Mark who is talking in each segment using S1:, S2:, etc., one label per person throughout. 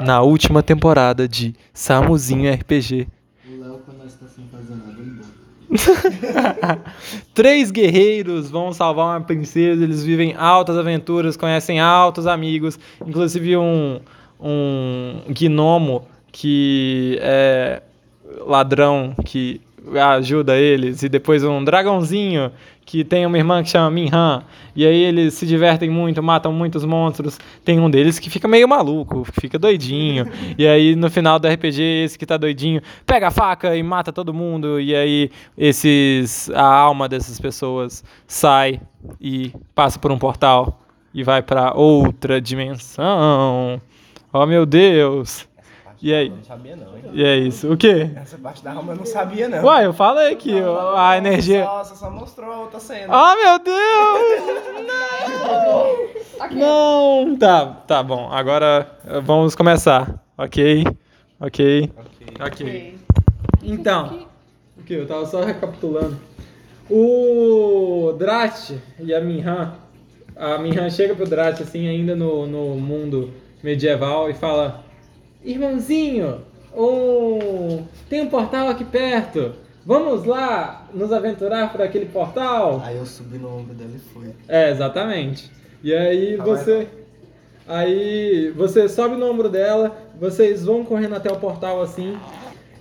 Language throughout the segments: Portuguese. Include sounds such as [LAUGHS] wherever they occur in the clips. S1: na última temporada de Samuzinho RPG.
S2: O Léo, quando nós tá sem fazer nada, ele bota.
S1: Três guerreiros vão salvar uma princesa, eles vivem altas aventuras, conhecem altos amigos, inclusive um, um gnomo que é ladrão que ajuda eles, e depois um dragãozinho que tem uma irmã que chama Minhan, e aí eles se divertem muito, matam muitos monstros, tem um deles que fica meio maluco, que fica doidinho, e aí no final do RPG esse que tá doidinho pega a faca e mata todo mundo, e aí esses a alma dessas pessoas sai e passa por um portal e vai pra outra dimensão. Oh meu Deus! E aí?
S3: Não sabia não, hein?
S1: E é isso. O quê?
S3: Essa parte da alma eu não sabia não.
S1: Uai, eu falei que
S3: É um
S1: ó, a energia.
S3: Só, só, só mostrou a outra cena.
S1: Ah, meu Deus!
S4: Ok.
S1: Não! Tá, tá bom. Agora eh, vamos começar. Ok? Ok?
S3: Ok.
S1: Ok.
S4: Ok.
S1: Então. O que? Eu tava só recapitulando. O Drat e a Minhan. A Minhan chega pro Drat, assim, ainda no, no mundo medieval, e fala: Irmãozinho, um... tem um portal aqui perto. Vamos lá nos aventurar por aquele portal?
S2: Aí eu subi no ombro dela e fui.
S1: É, exatamente. E aí
S3: Agora-
S1: você. Aí você sobe no ombro dela, vocês vão correndo até o portal assim.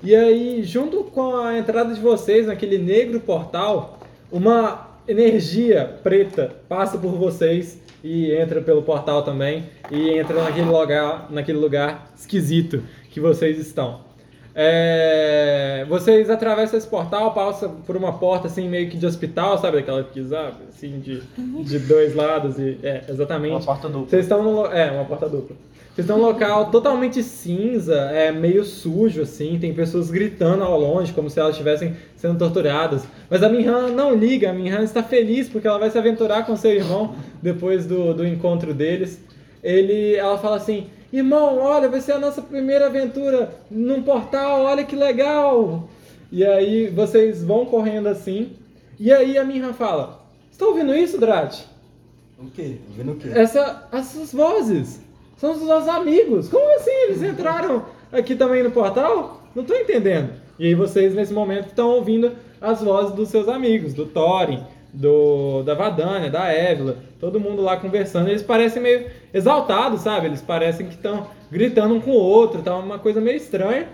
S1: E aí, junto com a entrada de vocês naquele negro portal, uma energia preta passa por vocês e entra pelo portal também. E entra naquele lugar, naquele lugar esquisito que vocês estão. É, vocês atravessam esse portal, passam por uma porta assim, meio que de hospital, sabe? Aquela que sabe, assim, de, de dois lados. E, é, exatamente.
S3: Uma porta dupla.
S1: Vocês estão no lo- É, uma porta dupla. Vocês estão num local totalmente cinza, é meio sujo, assim, tem pessoas gritando ao longe, como se elas estivessem sendo torturadas. Mas a Minhan não liga, a Minhan está feliz porque ela vai se aventurar com seu irmão depois do, do encontro deles. Ele, ela fala assim: Irmão, olha, vai ser a nossa primeira aventura num portal, olha que legal! E aí vocês vão correndo assim. E aí a Minhan fala: Estão ouvindo isso, Drat?
S2: O quê? Ouvindo o quê?
S1: Essa, essas vozes são os nossos amigos. Como assim? Eles entraram aqui também no portal? Não tô entendendo. E aí vocês, nesse momento, estão ouvindo as vozes dos seus amigos, do Thorin, do, da Vadania, da Évila, todo mundo lá conversando. Eles parecem meio exaltados, sabe? Eles parecem que estão gritando um com o outro, tá uma coisa meio estranha.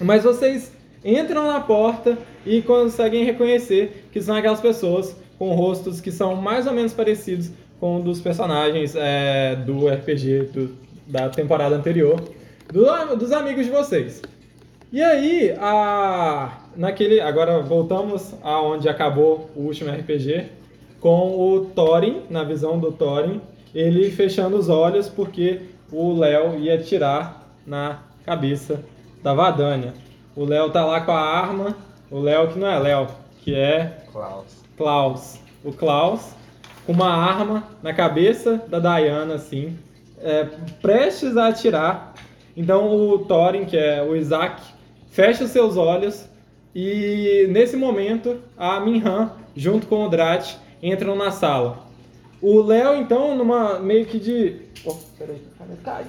S1: Mas vocês entram na porta e conseguem reconhecer que são aquelas pessoas com rostos que são mais ou menos parecidos com o dos personagens é, do RPG do- da temporada anterior, do- dos amigos de vocês. E aí, a, naquele, agora voltamos aonde acabou o último RPG, com o Thorin, na visão do Thorin, ele fechando os olhos porque o Léo ia tirar na cabeça da Vadania. O Léo tá lá com a arma, o Léo que não é Léo, que é
S3: Klaus.
S1: Klaus. O Klaus com uma arma na cabeça da Diana, assim, é, prestes a atirar. Então o Thorin, que é o Isaac, fecha os seus olhos e nesse momento a Minhan, junto com o Drat, entram na sala. O Léo, então, numa meio que de. Oh, peraí, cara, cai.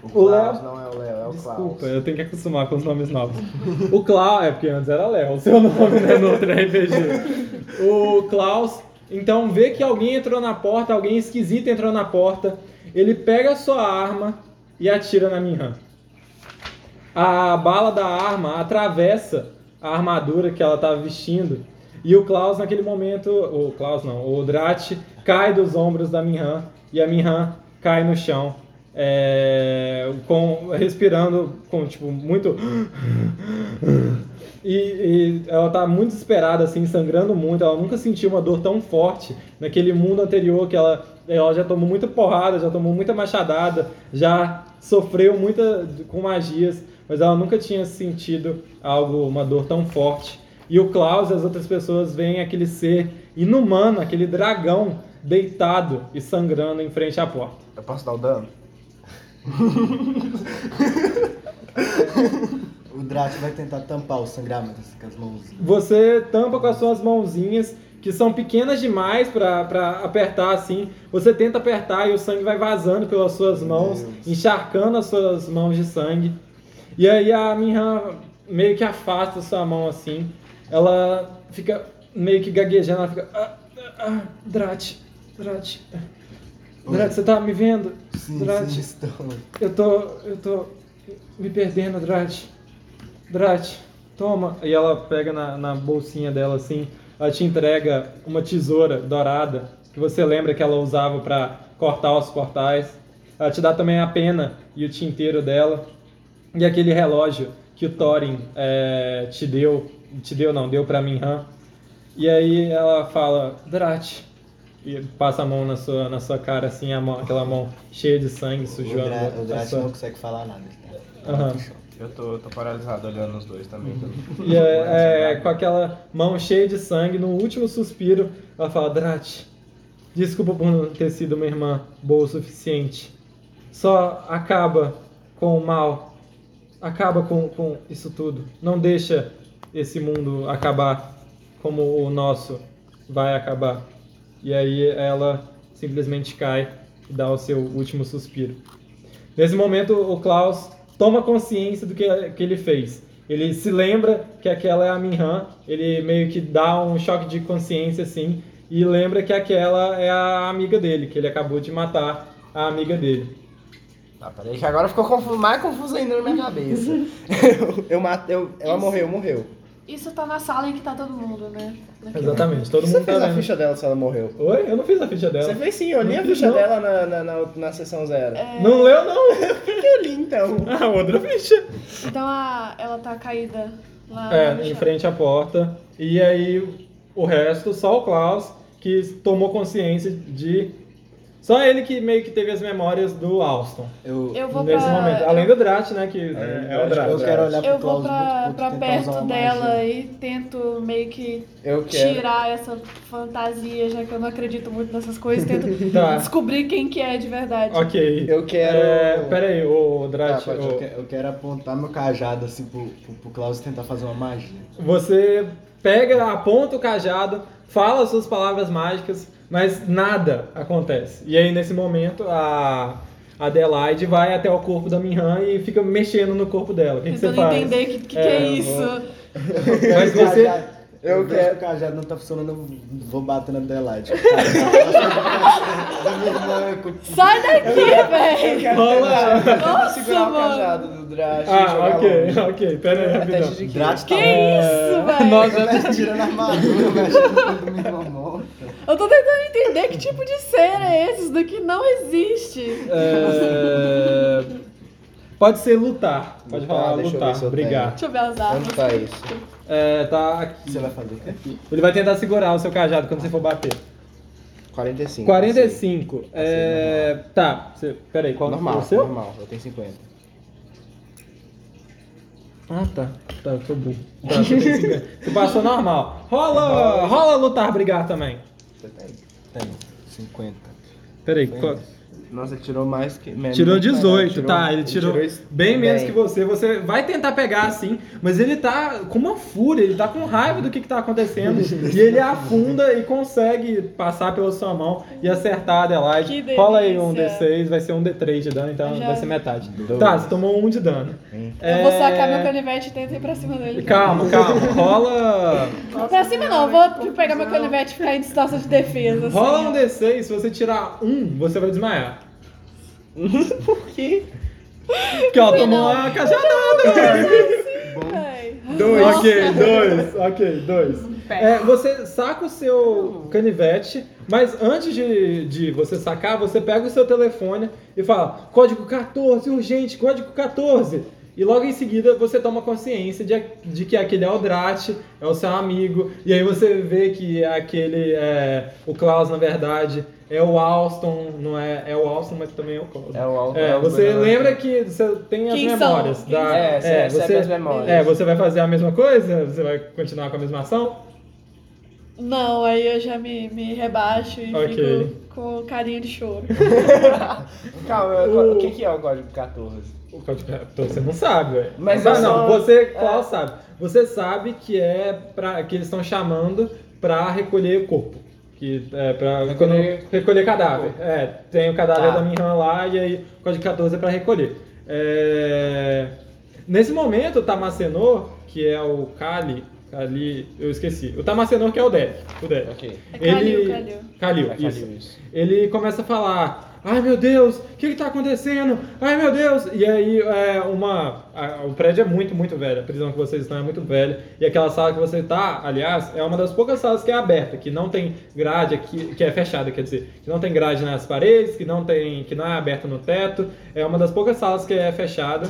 S3: O,
S1: O
S3: Klaus
S1: Léo-
S3: não é o Léo, é o
S1: Desculpa,
S3: Klaus.
S1: eu tenho que acostumar com os nomes novos. [LAUGHS] O Klaus, é porque antes era Léo, o seu nome né, no outro RPG. O Klaus, então vê que alguém entrou na porta, alguém esquisito entrou na porta, ele pega a sua arma e atira na Minhan. A bala da arma atravessa a armadura que ela estava vestindo e o Klaus naquele momento, o Klaus não, o Drat cai dos ombros da Minhan e a Minhan cai no chão, é, com, respirando com tipo muito e, e ela tá muito desesperada, assim, sangrando muito. Ela nunca sentiu uma dor tão forte naquele mundo anterior que ela, ela já tomou muita porrada, já tomou muita machadada, já sofreu muita com magias, mas ela nunca tinha sentido algo, uma dor tão forte. E o Klaus e as outras pessoas veem aquele ser inumano, aquele dragão deitado e sangrando em frente à porta.
S3: Eu posso dar
S2: [LAUGHS]
S3: o dano?
S2: O Drat vai tentar tampar o sangramento assim, com as mãos.
S1: Você tampa com as suas mãozinhas que são pequenas demais pra, pra apertar assim. Você tenta apertar e o sangue vai vazando pelas suas
S3: Meu
S1: mãos,
S3: Deus.
S1: encharcando as suas mãos de sangue. E aí a Minha meio que afasta sua mão assim. Ela fica meio que gaguejando, ela fica. Ah, ah, ah, Drat, Drat.
S2: Oi.
S1: Drat, você tá me vendo?
S2: Sim,
S1: Drat,
S2: sim, estão.
S1: eu tô. Eu tô. Me perdendo, Drat. Drat, toma. E ela pega na, na bolsinha dela assim, ela te entrega uma tesoura dourada, que você lembra que ela usava pra cortar os portais. Ela te dá também a pena e o tinteiro dela. E aquele relógio que o Thorin eh, te deu. Te deu não, deu pra Minhan. E aí ela fala, Drat. E passa a mão na sua, na sua cara, assim, a mão, aquela mão cheia de sangue, sujou
S2: o
S1: a
S2: Dra-
S1: mão.
S2: o Drat não consegue falar nada. ele Tá?
S1: Aham.
S3: Eu tô, eu tô paralisado olhando os dois também. então.
S1: [LAUGHS] E é, é, com aquela mão cheia de sangue, no último suspiro, ela fala: Drat, desculpa por não ter sido uma irmã boa o suficiente. Só acaba com o mal. Acaba com, com isso tudo. Não deixa esse mundo acabar como o nosso vai acabar. E aí ela simplesmente cai e dá o seu último suspiro. Nesse momento, o Klaus toma consciência do que, que ele fez. Ele se lembra que aquela é a Minhan, ele meio que dá um choque de consciência assim, e lembra que aquela é a amiga dele, que ele acabou de matar a amiga dele.
S3: Tá, peraí, que agora ficou confu- mais confuso ainda na minha cabeça. eu, [LAUGHS] eu matei, eu- ela
S4: Isso.
S3: morreu, morreu.
S4: Isso tá na sala em que tá todo mundo, né? Naquele-
S1: Exatamente, todo
S3: Você
S1: mundo tá
S3: fez a
S1: vendo.
S3: ficha dela se ela morreu?
S1: Oi? Eu não fiz a ficha
S3: Você
S1: dela.
S3: fez sim, eu li
S1: Não
S3: a
S1: fiz,
S3: ficha
S1: não.
S3: dela na, na, na, na sessão zero.
S1: Não leu, não?
S3: Eu li então.
S1: Ah, outra ficha.
S4: Então a, ela tá caída lá no
S1: É, em
S4: chão.
S1: frente à porta. E aí o resto, só o Klaus, que tomou consciência de. Só ele que meio que teve as memórias do Alston.
S2: Eu,
S4: Eu vou
S1: nesse
S4: pra-
S1: momento. Além do Drat, né? Que é, é o Drat.
S2: eu quero olhar
S4: Eu
S2: pro
S4: vou
S2: Klaus
S4: pra,
S2: muito puto,
S4: pra
S2: tentar usar
S4: perto
S2: uma
S4: dela
S2: magia.
S4: e tento meio que
S3: Eu quero.
S4: tirar essa fantasia, já que eu não acredito muito nessas coisas, tento
S1: [LAUGHS] Tá.
S4: descobrir quem que é de verdade.
S1: Ok.
S3: Eu quero. Ah,
S1: É,
S3: [LAUGHS]
S1: pera aí, o
S2: Tá,
S1: Drat.
S2: pode,
S1: ô,
S2: eu, que- eu quero apontar meu cajado assim pro, pro, pro Klaus tentar fazer uma [LAUGHS] magia.
S1: Você pega, aponta o cajado, fala as suas palavras mágicas, mas nada acontece. E aí, nesse momento, a a Adelaide vai até o corpo da Minhan e fica mexendo no corpo dela. O que, que você
S4: Tentando
S1: faz?
S4: entender o que, que, que
S1: É,
S4: é,
S1: eu
S4: isso.
S1: [LAUGHS] Mas você.
S3: Eu
S2: Eu, vejo
S3: quero-
S2: que o cajado não tá funcionando, eu vou bater na [LAUGHS] Adelaide. Da minha irmã, é com-
S1: [LAUGHS]
S4: Sai
S1: É.
S4: daqui,
S3: Eu
S4: velho!
S3: quero
S1: Rola.
S3: tentar- tentar
S4: Nossa,
S3: segurar
S4: mano.
S3: o cajado do Drash. e
S1: Ah,
S3: jogar
S1: ok,
S3: longe.
S1: ok, pera aí,
S3: É
S1: rapidão. É,
S3: teste de quê?
S2: Drat
S4: Que
S2: tá
S1: [LAUGHS]
S4: isso, velho?
S1: Nós já-
S2: Ela tirando a armadura, mexendo tudo minha mão.
S4: Eu tô tentando entender que tipo de ser é esse, isso daqui não
S1: [LAUGHS]
S4: existe.
S1: É, Pode ser lutar. Pode
S3: Lutar,
S1: falar
S3: Tá, deixa eu ver se
S1: lutar,
S3: eu
S1: brigar.
S4: Deixa eu ver as armas.
S3: Onde tá isso?
S1: É, tá aqui.
S2: Você vai fazer o quê?
S1: Ele vai tentar segurar o seu cajado quando você for bater.
S3: 45.
S1: 45. É... Tá, você... peraí, qual
S3: assim, Normal,
S1: o seu?
S3: normal. Eu tenho 50.
S1: Ah, tá. Tá, eu tô burro. Tá, você, tem 50. Você passou normal. Rola, rola lutar, brigar também.
S3: Você tem.
S2: Tem 50.
S1: Peraí,
S3: Bem,
S1: qual-
S3: Nossa, ele tirou mais que.
S1: tirou
S3: menos que mais,
S1: 18,
S3: tirou-
S1: tá? Ele tirou, bem menos que
S3: você.
S1: você. Você vai tentar pegar assim, mas ele tá com uma fúria, ele tá com raiva do que, que tá
S3: [LAUGHS]
S1: acontecendo. e ele afunda e consegue passar pela sua mão e acertar a Adelaide.
S4: Que
S1: Rola aí um
S4: delícia.
S1: D6, vai ser um D3 de dano, então
S4: Já.
S1: vai ser metade.
S3: Dois.
S1: Tá, você tomou um de dano.
S4: Eu vou sacar
S1: É,
S4: meu canivete e tento ir pra cima dele.
S1: Calma, calma. Rola.
S4: pra cima não, vou pegar meu canivete e ficar em distância de defesa.
S1: Rola um
S4: assim.
S1: D6, se você tirar um, você vai desmaiar.
S3: Por quê?
S1: Porque ó,
S4: Não sei
S1: tomou
S4: não.
S1: uma cajadada, velho.
S4: Véi.
S1: Dois. Ok, dois. Ok, dois.
S4: Pé.
S1: É, você saca o seu canivete, mas antes de, de você sacar, você pega o seu telefone e fala: código 14, urgente, código 14. E logo em seguida você toma consciência de, de que aquele é o Drat, é o seu amigo, e aí você vê que aquele é o Klaus, na verdade, é o Alston, não é? É o Alston, mas também é o Klaus.
S3: É o alto.
S1: É, você lembra que você tem as
S4: Quem são?
S1: memórias.
S4: Quem
S1: Da,
S4: são?
S3: É, você recebe
S1: você,
S3: as memórias.
S1: É, você vai fazer a mesma coisa? Você vai continuar com a mesma ação?
S4: Não, aí eu já me, me rebaixo e
S1: Ok.
S4: fico com carinho de choro.
S3: Calma,
S1: O-
S3: o... o que que é o código 14?
S1: O código- então Você não sabe, velho.
S3: Mas
S1: não,
S3: eu
S1: não,
S3: só-
S1: você qual sabe? Você sabe que é para que eles estão chamando pra recolher corpo. Que é pra
S5: Recolher-
S1: quando- recolher cadáver. É, tem o cadáver
S3: Tá.
S1: da minha irmã lá e aí o código 14 é pra recolher. É, Nesse momento, o Tamacenor, que é o Kali, Kali, eu esqueci. O Tamacenor que é o Derek. O Derek.
S5: Ok.
S4: É Kalil, Kalil.
S1: Kalil,
S5: É Kalil,
S1: isso.
S5: isso.
S1: Ele começa a falar: Ai meu Deus, o que, que tá acontecendo? Ai meu Deus! E aí, é, uma. a- o prédio é muito, muito velho. A prisão que vocês estão é muito velha. E aquela sala que você tá, aliás, é uma das poucas salas que é aberta, que não tem grade aqui, que é fechada, quer dizer, que não tem grade nas paredes, que não tem. que não é aberta no teto. É uma das poucas salas que é fechada.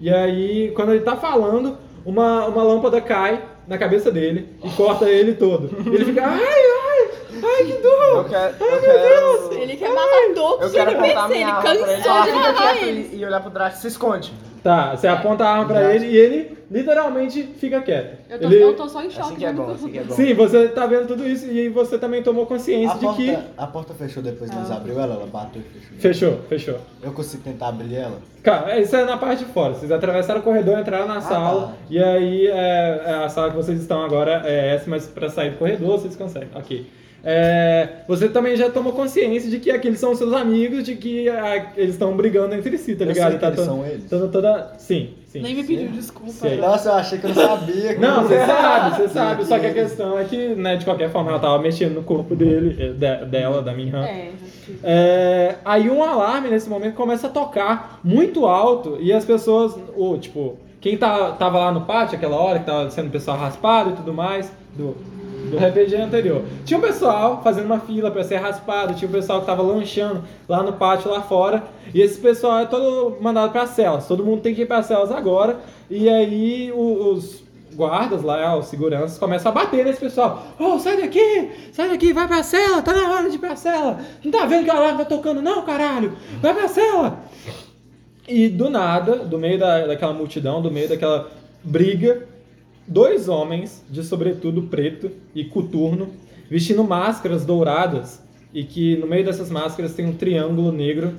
S1: E aí, quando ele tá falando, uma, uma lâmpada cai na cabeça dele e corta ele todo. Ele fica, ai, ai, ai, que
S3: Eu
S1: dor!
S3: quero. Eu quero...
S4: Ele quer matar todos
S3: Eu
S4: os
S3: quero apontar
S4: NPC,
S3: minha
S4: ele
S3: arma pra ele.
S4: cansou
S3: Só
S4: de
S3: fica
S4: matar
S3: quieto
S4: eles.
S3: e- e olhar pro Drax se esconde.
S1: Tá,
S4: É,
S1: você aponta a arma pra ele e ele literalmente fica quieto.
S4: Eu tô,
S1: Ele-
S4: eu tô só em choque.
S3: Assim que é
S4: vendo
S3: bom,
S4: tudo.
S3: assim que é bom.
S1: Sim, você tá vendo tudo isso e você também tomou
S2: A
S1: consciência de
S2: porta,
S1: que.
S2: a porta fechou depois que eles
S4: Ah,
S2: abriu ela, ela bateu e fechou. Tá
S1: Fechou, fechou.
S2: Eu consigo tentar abrir ela?
S1: Cara, isso é na parte de fora. Vocês atravessaram o corredor, entraram na sala,
S2: tá.
S1: e aí é, é a sala que vocês estão agora é essa, mas pra sair do corredor vocês conseguem. Ok. É, você também já tomou consciência de que aqueles são seus amigos, de que ah, eles estão brigando entre si, tá
S2: Eu
S1: ligado?
S2: sei
S1: tá
S2: que eles são eles.
S1: Toda, toda- Sim, assim. sim.
S4: Nem me pediu desculpa.
S1: Sei.
S2: Nossa, eu achei que eu não sabia.
S1: Não, você
S5: [LAUGHS]
S2: você
S1: sabe, você sabe. Só que a questão é que, né, de qualquer forma, ela tava mexendo no corpo dele, eh, de- dela, da minha irmã.
S4: É, assim.
S1: É, aí um alarme nesse momento começa a tocar muito alto e as pessoas, ou tipo, quem tá, tava lá no pátio aquela hora, que tava sendo o pessoal raspado e tudo mais, do, do RPG anterior. Tinha um pessoal fazendo uma fila pra ser raspado, tinha um pessoal que tava lanchando lá no pátio, lá fora, e esse pessoal é todo mandado pra celas, todo mundo tem que ir pra celas agora, e aí o- os guardas lá, os seguranças, começam a bater nesse pessoal. Ô, sai daqui! Sai daqui, vai pra cela, tá na hora de ir pra cela! Não tá vendo que a alarme tá tocando, não, caralho! Vai pra cela! E do nada, do meio da, daquela multidão, do meio daquela briga, dois homens de sobretudo preto e coturno, vestindo máscaras douradas, e que no meio dessas máscaras tem um triângulo negro,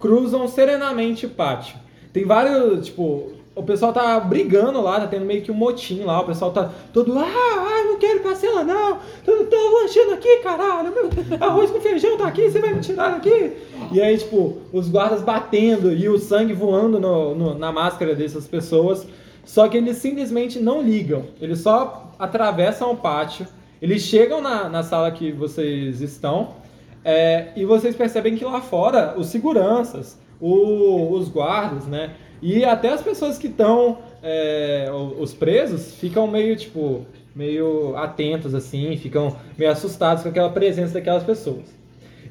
S1: cruzam serenamente o pátio. Tem vários, tipo, o pessoal tá brigando lá, tá tendo meio que um motim lá, o pessoal tá todo, ah, ah, não quero parcela não, tô, tô lanchando aqui, caralho, meu arroz com feijão tá aqui, você vai me tirar daqui. E aí, tipo, os guardas batendo e o sangue voando no- no- na máscara dessas pessoas, só que eles simplesmente não ligam, eles só atravessam o pátio, eles chegam na, na sala que vocês estão, é, e vocês percebem que lá fora, os seguranças, o- os guardas, né? E até as pessoas que estão, é, o- os presos, ficam meio, tipo, meio atentos, assim, ficam meio assustados com aquela presença daquelas pessoas.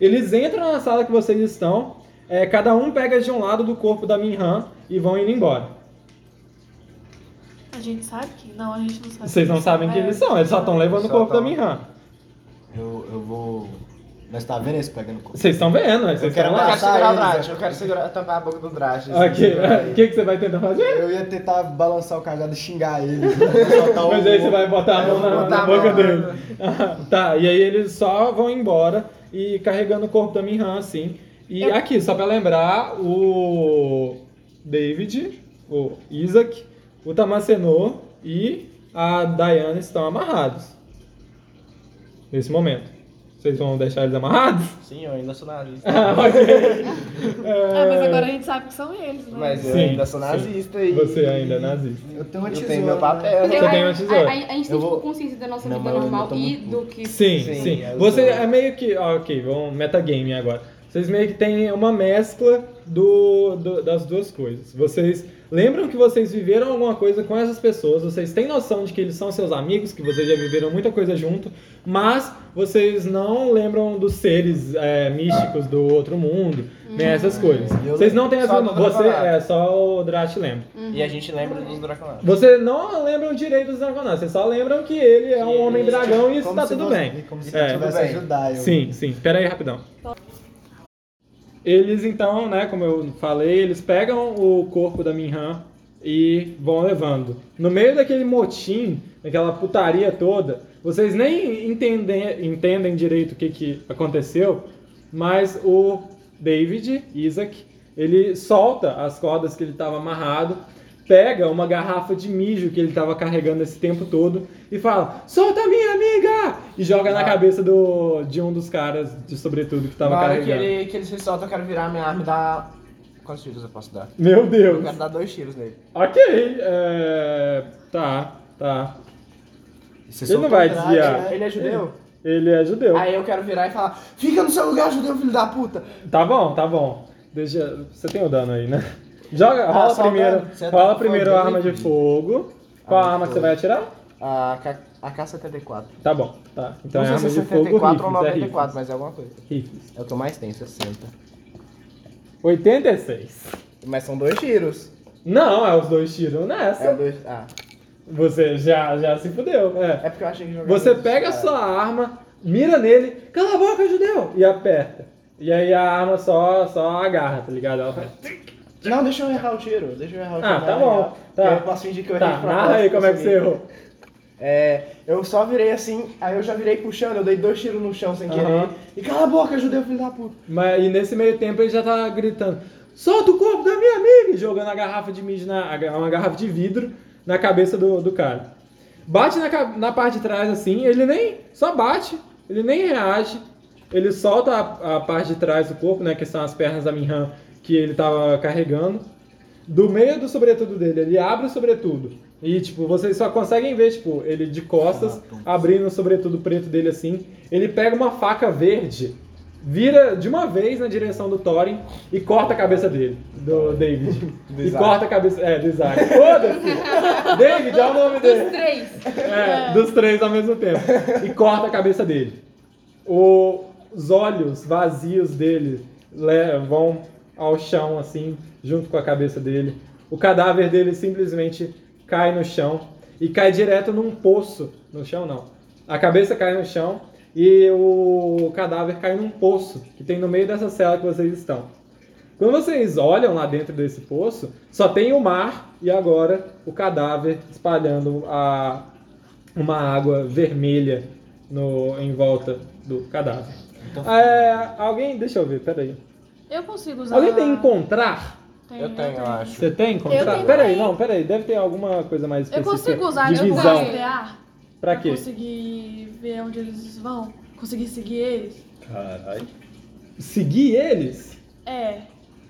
S1: Eles entram na sala que vocês estão, é, cada um pega de um lado do corpo da Minhan e vão indo embora.
S4: A gente sabe que. Não, a gente não sabe.
S1: Vocês não sabem quem eles são, eles só estão levando o
S3: Só
S1: corpo da
S3: tão.
S1: Minhan.
S2: Eu, eu vou. Nós tá vendo eles pegando coisa?
S1: Vocês estão vendo, né?
S2: Eu
S1: Vocês
S2: quero
S1: estão
S3: Eu
S1: lá.
S3: quero
S2: Passar
S3: segurar o
S2: eles,
S3: Drax,
S2: é.
S3: eu quero segurar, tampar a boca do Drax. assim,
S1: Ok, [LAUGHS]
S3: segurar ele.
S1: o que, que você vai tentar fazer?
S2: Eu ia tentar balançar o cajado e xingar
S3: [LAUGHS]
S2: ele. soltar o-
S1: Mas aí você vai botar a mão na,
S3: Então, Botar
S1: na
S3: a
S1: boca
S3: mão.
S1: dele. [LAUGHS] tá, e aí eles só vão embora e carregando o corpo da Minhan, assim. E
S4: Eu-
S1: aqui, só pra lembrar, o David, o Isaac, o Tamacenô e a Diana estão amarrados. Nesse momento. Vocês vão deixar eles amarrados? [LAUGHS]
S3: Sim, eu ainda sou nazista.
S1: Ah, ok.
S4: Ah, mas agora a gente sabe que são eles, né?
S3: Mas eu
S1: Sim,
S3: ainda sou
S1: sim.
S3: nazista e.
S1: Você ainda é nazista.
S2: Eu tenho uma
S3: Eu
S2: tesoura.
S3: tenho meu
S2: né?
S3: papel.
S1: Você tem uma tesoura.
S6: A, a- a gente tem
S2: Eu
S6: tipo,
S2: vou-
S6: consciência da nossa
S2: Não,
S6: vida
S2: mas eu
S6: normal
S2: tô
S6: e
S2: muito
S6: do que.
S1: Sim, sim.
S3: Sim, as
S1: Você
S3: duas.
S1: é meio que. ah, Ok, vamos metagame agora. Vocês meio que têm uma mescla do, do- das duas coisas. Vocês lembram que vocês viveram alguma coisa com essas pessoas, vocês têm noção de que eles são seus amigos, que vocês já viveram muita coisa junto, mas vocês não lembram dos seres é, místicos do outro mundo, nem essas coisas.
S2: Eu
S1: Vocês não têm
S3: Hum.
S1: essa.
S3: Só do
S1: Você,
S3: Draconato.
S1: é, só o Drash lembra.
S3: E a gente lembra dos Draconatos.
S1: Você não lembram direito dos Dragonauts, vocês só lembram que ele é
S3: Que
S1: um homem
S3: ele-
S1: dragão e isso
S2: Como
S1: tá
S2: se
S1: tudo
S2: você-
S1: bem.
S2: Como se
S1: É.
S2: eu tivesse
S3: Tudo bem.
S2: ajudar. Eu...
S1: Sim, sim. Pera aí, rapidão. Eles então, né, como eu falei, eles pegam o corpo da Minhan e vão levando. No meio daquele motim, daquela putaria toda, vocês nem entendem, entendem direito o que, que aconteceu, mas o David, Isaac, ele solta as cordas que ele estava amarrado, pega uma garrafa de mijo que ele tava carregando esse tempo todo e fala: solta minha amiga! E joga na cabeça do, de um dos caras de sobretudo que tava
S3: Ah. Na hora que
S1: carregando.
S3: ele, que ele se solta, eu quero virar minha arma e dar. Ah, Quantos tiros eu posso dar?
S1: Meu
S3: Eu
S1: Deus!
S3: quero dar dois tiros nele.
S1: Ok, é. Tá, tá. Ele não vai desviar.
S3: Ele é judeu?
S1: Ele é judeu.
S3: Aí eu quero virar e falar: Fica no seu lugar, judeu, filho da puta!
S1: Tá bom, tá bom. Deixa. Você tem o dano aí, né? Joga,
S3: Ah,
S1: rola
S3: só o
S1: primeiro,
S3: dano. Você
S1: rola
S3: tá
S1: primeiro a
S3: fogo,
S1: arma de
S3: hein?
S1: fogo. Qual
S3: Arma
S1: a
S3: de
S1: arma que você
S3: fogo.
S1: vai atirar?
S3: A K- a é K-74.
S1: Tá bom, tá. Então
S3: Não
S1: é
S3: sei
S1: arma
S3: se é
S1: de fogo
S3: 74 ou
S1: rifles, é
S3: 94, mas é alguma coisa. É
S1: rifles.
S3: Eu tô mais tenso, 60.
S1: Rifles. 86.
S3: Mas são dois tiros.
S1: Não, é os dois tiros
S3: É
S1: nessa.
S3: dois. Ah.
S1: Você já, já se fudeu. É.
S3: É porque eu achei que jogava.
S1: Você
S3: dois,
S1: pega a
S3: cara.
S1: sua arma, mira nele, cala a boca, judeu! E aperta. E aí a arma só, só agarra, tá ligado? Ela faz.
S3: Não, deixa eu errar o tiro. Deixa eu errar o tiro.
S1: Ah, tá
S3: na
S1: bom.
S3: real.
S1: Tá.
S3: Eu posso fingir que eu errei
S1: Tá,
S3: de
S1: narra aí
S3: propósito,
S1: como é que você
S3: consegui.
S1: errou.
S3: É, eu só virei assim, aí eu já virei puxando, eu dei dois tiros no chão sem querer.
S1: Aham.
S3: E cala a boca, judeu, filho da puta.
S1: Mas e nesse meio tempo ele já tá gritando: solta o corpo da minha amiga! E jogando a garrafa de mijo, na, a- uma garrafa de vidro, na cabeça do, do cara. Bate na, ca- na parte de trás assim, ele nem. Só bate, ele nem reage. Ele solta a, a parte de trás do corpo, né? Que são as pernas da Minhan que ele tava carregando. Do meio do sobretudo dele, ele abre o sobretudo. E, tipo, vocês só conseguem ver, tipo, ele de costas, abrindo o sobretudo preto dele assim. Ele pega uma faca verde, vira de uma vez na direção do Thorin e corta a cabeça dele, do David. e
S3: Isaac.
S1: corta a cabeça. É, do Isaac. Foda-se! David é o nome dele.
S4: Dos três.
S1: É, dos três ao mesmo tempo. E corta a cabeça dele. O- os olhos vazios dele le- vão ao chão, assim, junto com a cabeça dele. O cadáver dele simplesmente cai no chão e cai direto num poço. No chão, não. A cabeça cai no chão e o cadáver cai num poço que tem no meio dessa cela que vocês estão. Quando vocês olham lá dentro desse poço, só tem o mar e agora o cadáver espalhando a, uma água vermelha no, em volta do cadáver.
S3: Então
S1: É, alguém, deixa eu ver, peraí.
S4: Eu consigo usar. né?
S1: Alguém tem um encontrar?
S4: Tenho,
S3: Eu tenho, eu acho.
S1: Você tem
S4: Ah. Eu
S1: encontrar?
S4: tenho
S1: Peraí,
S4: também.
S1: não, peraí, deve ter alguma coisa mais
S4: Eu
S1: específica.
S4: consigo usar
S1: de
S4: meu
S1: visão.
S4: rastrear
S1: Pra quê?
S4: conseguir ver onde eles vão. Conseguir seguir eles.
S2: Caralho.
S1: Seguir eles?
S4: É.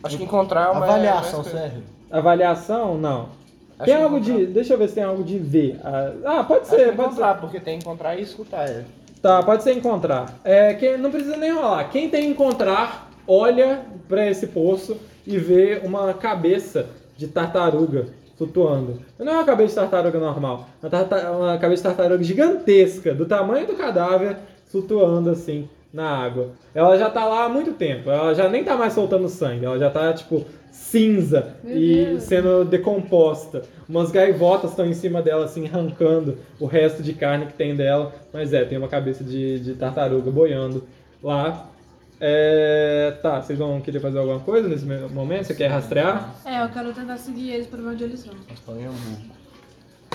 S3: Acho que encontrar é uma.
S2: Avaliação,
S3: é uma-
S2: serve.
S1: Avaliação? Não.
S3: Acho
S1: Tem
S3: que
S1: algo de.
S3: encontrar.
S1: Deixa eu ver se tem algo de ver. Ah, ah, pode
S3: Acho
S1: ser,
S3: que é
S1: pode ser.
S3: encontrar, porque tem que encontrar e escutar. É.
S1: Tá, pode ser encontrar. É, quem, não precisa nem rolar. Quem tem encontrar, olha pra esse poço e vê uma cabeça de tartaruga flutuando. Não é uma cabeça de tartaruga normal. É uma, tarta- uma cabeça de tartaruga gigantesca, do tamanho do cadáver, flutuando assim na água. Ela já tá lá há muito tempo. Ela já nem tá mais soltando sangue. Ela já tá, tipo, cinza
S4: Meu
S1: e
S4: Deus.
S1: sendo decomposta. Umas gaivotas estão em cima dela, assim, arrancando o resto de carne que tem dela. Mas é, tem uma cabeça de, de tartaruga boiando lá. É, tá, vocês vão querer fazer alguma coisa nesse me- momento? Você quer rastrear?
S4: É, eu quero tentar seguir eles pra ver onde eles vão.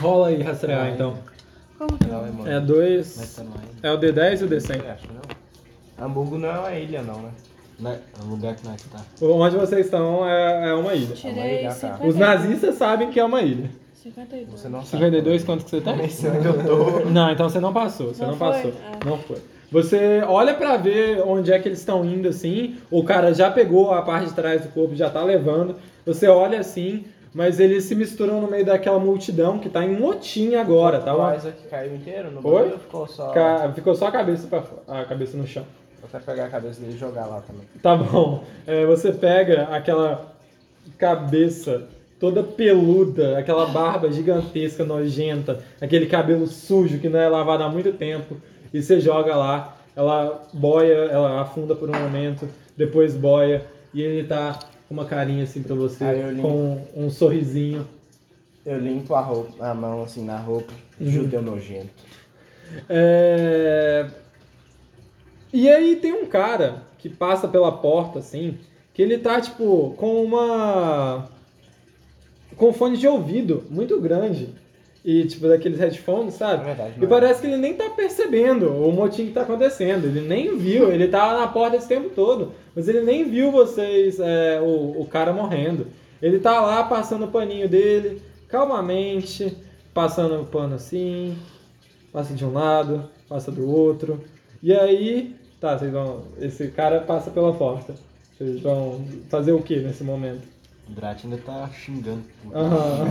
S1: Rola aí, rastrear então.
S4: Como que eu...
S1: É dois. É o D10 e o D100.
S3: É. Hamburgo não é uma ilha, não, né?
S5: É um lugar que nós tá.
S1: Onde vocês estão é, é uma ilha.
S4: Tirei
S3: Tá, tá.
S4: 50.
S1: Os nazistas sabem que é uma ilha.
S4: 52.
S3: Você não sabe.
S1: 52, quanto que você tem? Não, então você não passou, você não,
S4: Não foi?
S1: passou.
S4: Ah.
S1: Não foi. Você olha pra ver onde é que eles estão indo assim, o cara já pegou a parte de trás do corpo, já tá levando. Você olha assim, mas eles se misturam no meio daquela multidão que tá em motim agora, tá?
S3: O
S1: Uma-
S3: Isaac é caiu inteiro no
S1: Foi?
S3: banheiro ou ficou só.
S1: ca- Ficou só a cabeça para a cabeça no chão.
S3: Vou até pegar a cabeça dele e jogar lá também.
S1: Tá bom. É, você pega aquela cabeça toda peluda, aquela barba gigantesca, nojenta, aquele cabelo sujo que não é lavado há muito tempo, e você joga lá. Ela boia, ela afunda por um momento, depois boia, e ele tá com uma carinha assim pra você,
S3: Aí eu limpo.
S1: com um sorrisinho.
S3: Eu limpo a, roupa, a mão assim na roupa.
S1: Uhum.
S3: Judeu nojento.
S1: É... E aí tem um cara que passa pela porta, assim, que ele tá, tipo, com uma... com um fone de ouvido muito grande. E, tipo, daqueles headphones,
S3: É
S1: sabe?
S3: verdade.
S1: E
S3: não é?
S1: parece que ele nem tá percebendo o motim que tá acontecendo. Ele nem viu, ele tá na porta esse tempo todo. Mas ele nem viu vocês, é, o, o cara morrendo. Ele tá lá passando o paninho dele, calmamente, passando o pano assim, passa de um lado, passa do outro. E aí, tá, vocês vão. Esse cara passa pela porta. Vocês vão fazer o que nesse momento?
S5: O Drat ainda tá xingando. pô.
S1: Aham.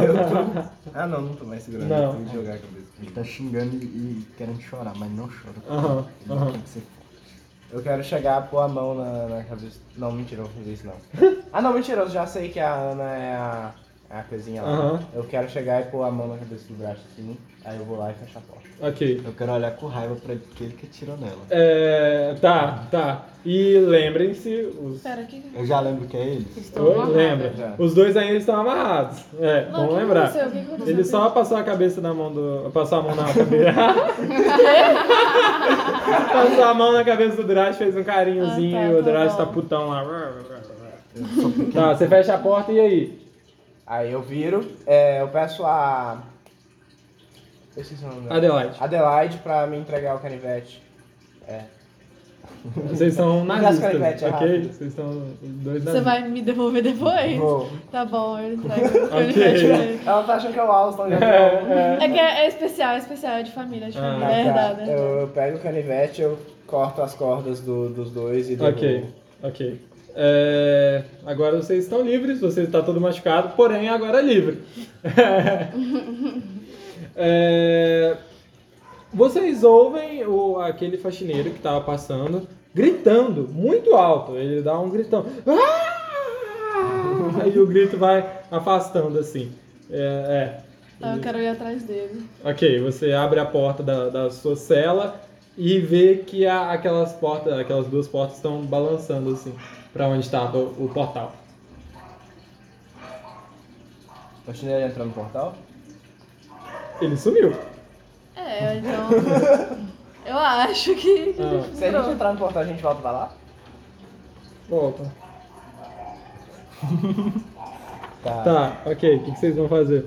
S3: Ah, não, não tô mais segurando.
S1: Não.
S3: Tem que jogar a cabeça.
S5: Ele tá xingando e, e querendo chorar, mas não chora.
S1: Aham,
S5: Ele
S1: aham.
S5: tem que ser-
S3: Eu quero chegar, pôr a mão na, na cabeça. Não, mentira, eu vou fazer isso não. ah, não, mentira, eu já sei que a Ana é a, é a coisinha lá.
S1: Aham.
S3: Eu quero chegar e pôr a mão na cabeça do braço assim, aí eu vou lá e fecho a porta.
S1: Ok.
S5: Eu quero olhar com raiva pra ele, porque ele que atirou nela.
S1: É, tá, tá. E lembrem-se, os.
S4: Pera, o que que
S5: Eu já lembro que é ele.
S4: estão
S1: Oi,
S4: amarrados?
S1: lembra?
S3: Já.
S1: Os dois ainda estão amarrados. É,
S4: Não, o
S1: vamos
S4: que que
S1: lembrar.
S4: aconteceu? O que que aconteceu?
S1: Ele só passou a cabeça na mão do. Passou a mão na cabeça.
S4: [LAUGHS]
S1: passou a mão na cabeça do Drash, fez um carinhozinho
S4: Ah, tá,
S1: e o
S4: tá
S1: Drash
S4: bom.
S1: tá putão
S3: [LAUGHS]
S1: lá. Tá, você fecha a porta e aí?
S3: Aí eu viro, é, eu peço a. Eu esqueci o nome dela.
S1: Adelaide.
S3: Adelaide pra me entregar o canivete.
S1: Vocês são
S3: Abraço,
S1: nazistas,
S3: Carivete, é
S1: ok?
S3: rápido.
S1: Vocês são dois
S4: Você
S1: nazistas.
S4: vai me devolver depois?
S3: Vou.
S4: Tá bom, eu entrego
S1: [LAUGHS]
S4: o canivete pra ele.
S3: Ela tá achando que é o Alston, já
S4: É que é, é especial, é especial, é de família, [LAUGHS] é de
S1: Ah,
S4: família,
S1: tá.
S4: é verdade. é verdade.
S3: Eu, eu pego o canivete, eu corto as cordas do- dos dois e devolvo.
S1: Ok, ok. É, agora vocês estão livres, você está todo machucado, porém agora é livre. [LAUGHS] É, vocês ouvem o, aquele faxineiro que estava passando gritando muito alto. Ele dá um gritão. [LAUGHS] Ah! E o grito vai afastando assim. É, é.
S4: Então eu quero ir atrás dele.
S1: Ok, você abre a porta da, da sua cela e vê que a- aquelas portas, aquelas duas portas estão balançando assim pra onde estava o, o portal.
S3: O chinelo entra no portal?
S1: Ele sumiu.
S3: [LAUGHS]
S4: É, então. eu acho que. que
S1: Ah.
S3: Se a gente entrar no portal, a gente volta pra lá?
S1: Volta.
S3: [LAUGHS] Tá.
S1: Tá, ok. O que, que vocês vão fazer?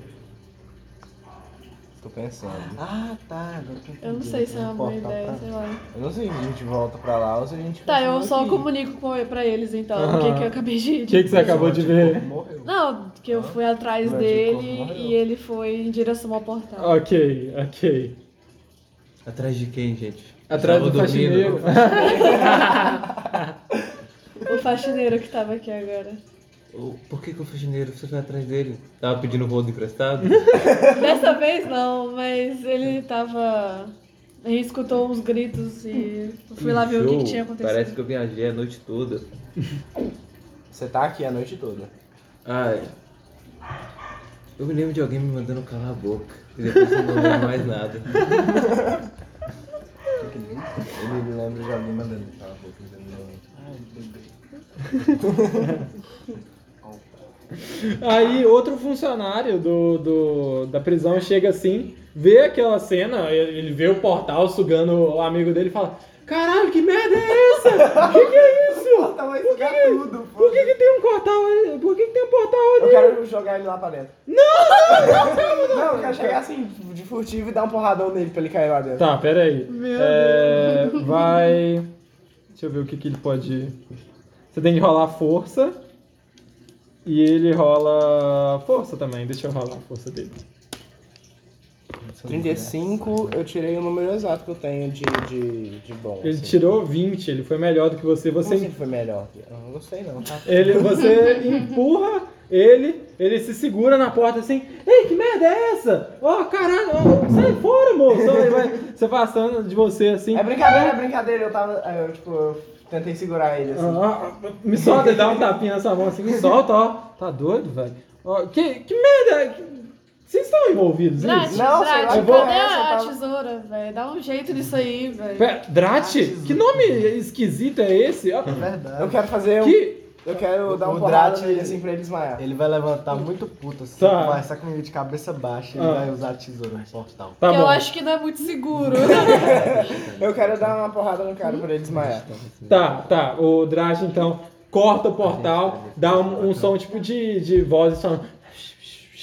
S3: Tô pensando.
S5: Ah, tá. Agora que
S4: Eu não sei se é uma boa
S5: Portal
S4: ideia,
S5: pra-
S4: sei lá.
S3: Eu não sei se a gente volta pra lá ou se a gente.
S4: Tá, eu
S3: continua
S4: só
S3: aqui. Ah.
S4: comunico com, pra eles então,
S1: Aham.
S4: o que, que eu acabei de.
S1: O que, que você acabou de ver?
S5: Morreu.
S4: Não, que eu fui atrás
S5: Mas de
S4: dele
S5: corpo morreu.
S4: e ele foi em direção ao portal.
S1: Ok, ok.
S5: Atrás de quem, gente?
S1: Atrás do
S5: Tava dormindo.
S1: faxineiro.
S4: O faxineiro que tava aqui agora.
S6: O- Por que, que o faxineiro você foi atrás dele? Tava pedindo rodo [LAUGHS] emprestado?
S4: Dessa vez não, mas ele tava. Ele escutou uns gritos e eu fui lá ver o que, que
S6: Show.
S4: tinha acontecido.
S6: Parece que eu viajei a noite toda.
S3: Você tá aqui a noite toda.
S6: Ai. Eu me lembro de alguém me mandando calar a boca. E depois eu não lembro mais [LAUGHS] nada.
S3: Ele lembra de alguém mandando aquela boca dizendo.
S1: Aí outro funcionário do, do- da prisão chega assim, vê aquela cena, ele ele vê o portal sugando o amigo dele e fala: Caralho, que merda é essa? O que, que é isso?
S3: Tá, vai
S1: Por
S3: sugar
S1: que-
S3: tudo, pô.
S1: Por que, que tem um portal ali? Por que, que tem um portal
S3: Eu
S1: ali?
S3: quero jogar ele lá pra dentro. Não! Não, eu quero chegar assim, de furtivo e dar um porradão nele pra ele cair lá dentro.
S1: Tá, pera aí. É, vai. Deixa eu ver o que, que ele pode. Você tem que rolar força. E ele rola força também. Deixa eu rolar a força dele.
S3: 35, eu tirei o número exato que eu tenho de, de, de bom.
S1: Ele
S3: assim.
S1: tirou 20, ele foi melhor do que você.
S3: Como
S1: Você
S3: assim que foi melhor? Eu não gostei não, tá?
S1: Ele, você empurra ele, ele se segura na porta assim, ei, que merda é essa? Ó, caralho, ó, sai fora, moço! Ele vai, você passando de você assim,
S3: É brincadeira, é brincadeira, eu tava. Eu, tipo, eu tentei segurar ele assim.
S1: "Ah, ah, me solta, ele dá um tapinha na sua mão assim, me solta, ó. Tá doido, velho? Ó, que, que merda! que- Vocês estão envolvidos é
S4: Drat,
S1: nisso?
S3: Não, sei lá,
S4: Drat,
S1: eu vou-
S4: cadê
S3: essa
S4: a
S3: tava-
S4: tesoura, velho? Dá um jeito nisso aí, velho.
S1: Pera, Drat? Que nome esquisito é esse? Ó,
S3: Eu quero fazer um.
S1: Que...
S3: Eu quero
S5: O-
S3: dar um
S5: o
S3: porrada
S5: Drat-
S3: nele assim pra ele desmaiar.
S5: Ele vai levantar muito puto assim,
S1: Tá.
S5: conversar comigo de cabeça baixa, ele
S1: Ah.
S5: vai usar a tesoura no portal.
S1: Tá
S4: que eu
S1: bom.
S4: acho que não é muito seguro. [LAUGHS]
S3: Eu quero dar uma porrada no cara pra ele desmaiar.
S1: Tá, tá. O Drash, então, corta o portal, dá um, um som tipo de, de vozes falando.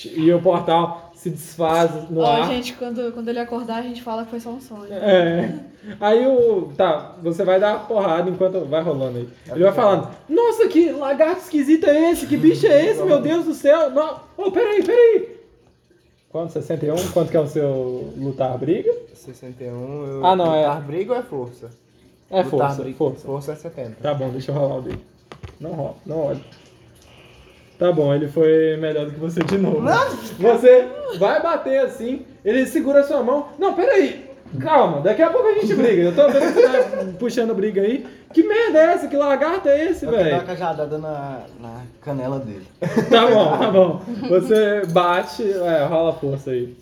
S1: E o portal se desfaz no
S4: Ó,
S1: ar.
S4: gente, quando, quando ele acordar, a gente fala que foi só um sonho.
S1: É. Aí o. Tá, você vai dar uma porrada enquanto vai rolando aí.
S3: É
S1: Ele vai falando: Nossa, que lagarto esquisito é esse? Que bicho é esse? Meu Deus do céu! Não. Ô, peraí, peraí! Quanto? 61? Quanto que é o seu lutar briga?
S3: 61, eu...
S1: Ah, não, é-
S3: lutar, briga ou é força?
S1: É
S3: Lutar,
S1: força,
S3: briga.
S1: força.
S3: Força é 70.
S1: Tá bom, deixa eu rolar o dele. Não rola, não olha. Tá bom, ele foi melhor do que você de novo. Você vai bater assim, ele segura a sua mão. Não, peraí. Calma, daqui a pouco a gente briga. Eu tô vendo que você tá puxando briga aí. Que merda é essa? Que lagarto é esse,
S5: Eu quero dar uma
S1: velho?
S5: cajadada na, na canela dele.
S1: Tá bom, tá bom. Você bate, é, rola a força aí.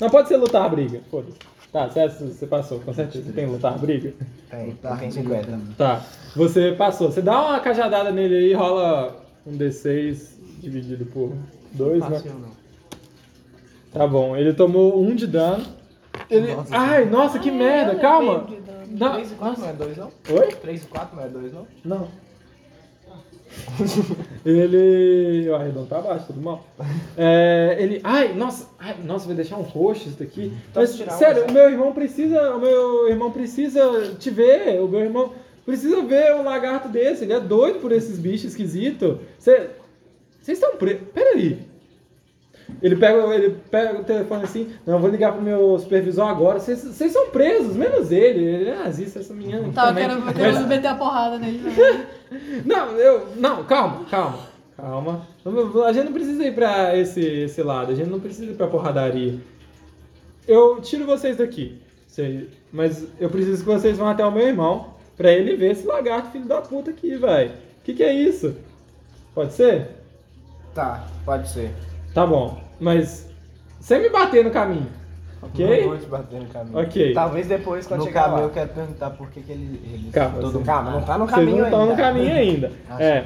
S1: Não pode ser lutar a briga, foda-se. Tá, certo, você passou, com certeza. Você tem lutar a briga?
S3: Tem,
S5: Tá,
S3: tem 50.
S1: Tá, você passou. Você dá uma cajadada nele aí, rola um D6 dividido por 2, né?
S3: Fácil não.
S1: Tá bom, ele tomou um de dano. Ele... Ai, nossa, que
S4: Ah, é,
S1: merda,
S4: ela
S1: calma.
S4: veio de dano.
S1: Não...
S3: 3 e 4 não é 2 não?
S1: Oi?
S3: 3 e 4 não é 2 não?
S1: Não. [LAUGHS] ele. Eu arredondo pra baixo, tudo mal. É, ele. Ai, nossa, ai, nossa, vai deixar um roxo isso daqui.
S3: Então
S1: Mas,
S3: tirar um,
S1: sério,
S3: né?
S1: o meu irmão precisa. O meu irmão precisa te ver. O meu irmão precisa ver um lagarto desse. Ele é doido por esses bichos esquisitos. Cê- Vocês estão presos. Peraí. Ele pega, ele pega o telefone assim, não, eu vou ligar pro meu supervisor agora. Vocês vocês são presos, menos ele. Ele é nazista, essa menina. aqui
S4: Tá, eu
S1: também.
S4: quero eu
S1: Mas-
S4: quero meter a porrada nele. também.
S1: não, eu. Não, calma, calma. Calma. A gente não precisa ir pra esse, esse lado, a gente não precisa ir pra porradaria. Eu tiro vocês daqui. Vocês- Mas eu preciso que vocês vão até o meu irmão pra ele ver esse lagarto filho da puta aqui, velho. Que que é isso? Pode ser?
S3: Tá, pode ser.
S1: Tá bom. Mas sem me bater no caminho.
S3: Não
S1: Ok?
S3: vou te bater um no caminho.
S1: Ok.
S3: Talvez depois quando
S5: No
S3: chegar
S5: caminho eu
S3: lá.
S5: quero perguntar por que, que ele, ele
S1: Calma,
S5: todo
S1: você-
S3: Calma, não tá no
S1: Vocês
S3: caminho
S1: não estão
S3: ainda.
S1: no caminho ainda.
S5: Acho-
S1: É.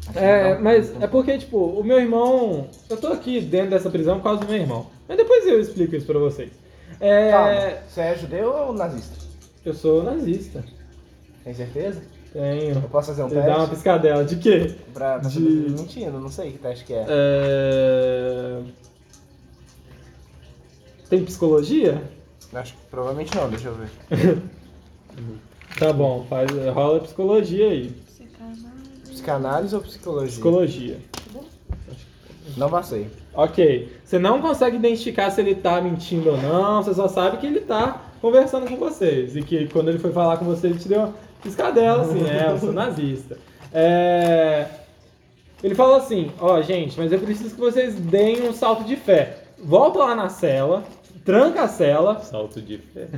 S5: Acho que
S1: É,
S5: não.
S1: mas é porque, tipo, o meu irmão. Eu tô aqui dentro dessa prisão por causa do meu irmão. Mas depois eu explico isso pra vocês. É.
S3: Calma, você é judeu ou nazista?
S1: Eu sou nazista.
S3: Tem certeza? Eu
S1: Tenho.
S3: posso fazer um
S1: Você dá uma
S3: teste?
S1: piscadela. De quê?
S3: Pra, pra
S1: de-
S3: saber se eu tô mentindo, não sei que teste que é.
S1: É. Tem psicologia?
S3: Acho que provavelmente não, deixa eu ver.
S1: Tá bom, faz, rola psicologia aí.
S7: tá
S3: Psicanálise ou psicologia?
S1: Psicologia.
S3: Não passei.
S1: Ok. Você não consegue identificar se ele tá mentindo ou não, você só sabe que ele tá conversando com vocês. E que quando ele foi falar com você, ele te deu uma piscadela, assim, é, eu sou nazista. É... Ele falou assim, ó, gente, mas eu preciso que vocês deem um salto de fé. Volta lá na cela, tranca a cela,
S6: Um Salto de fé.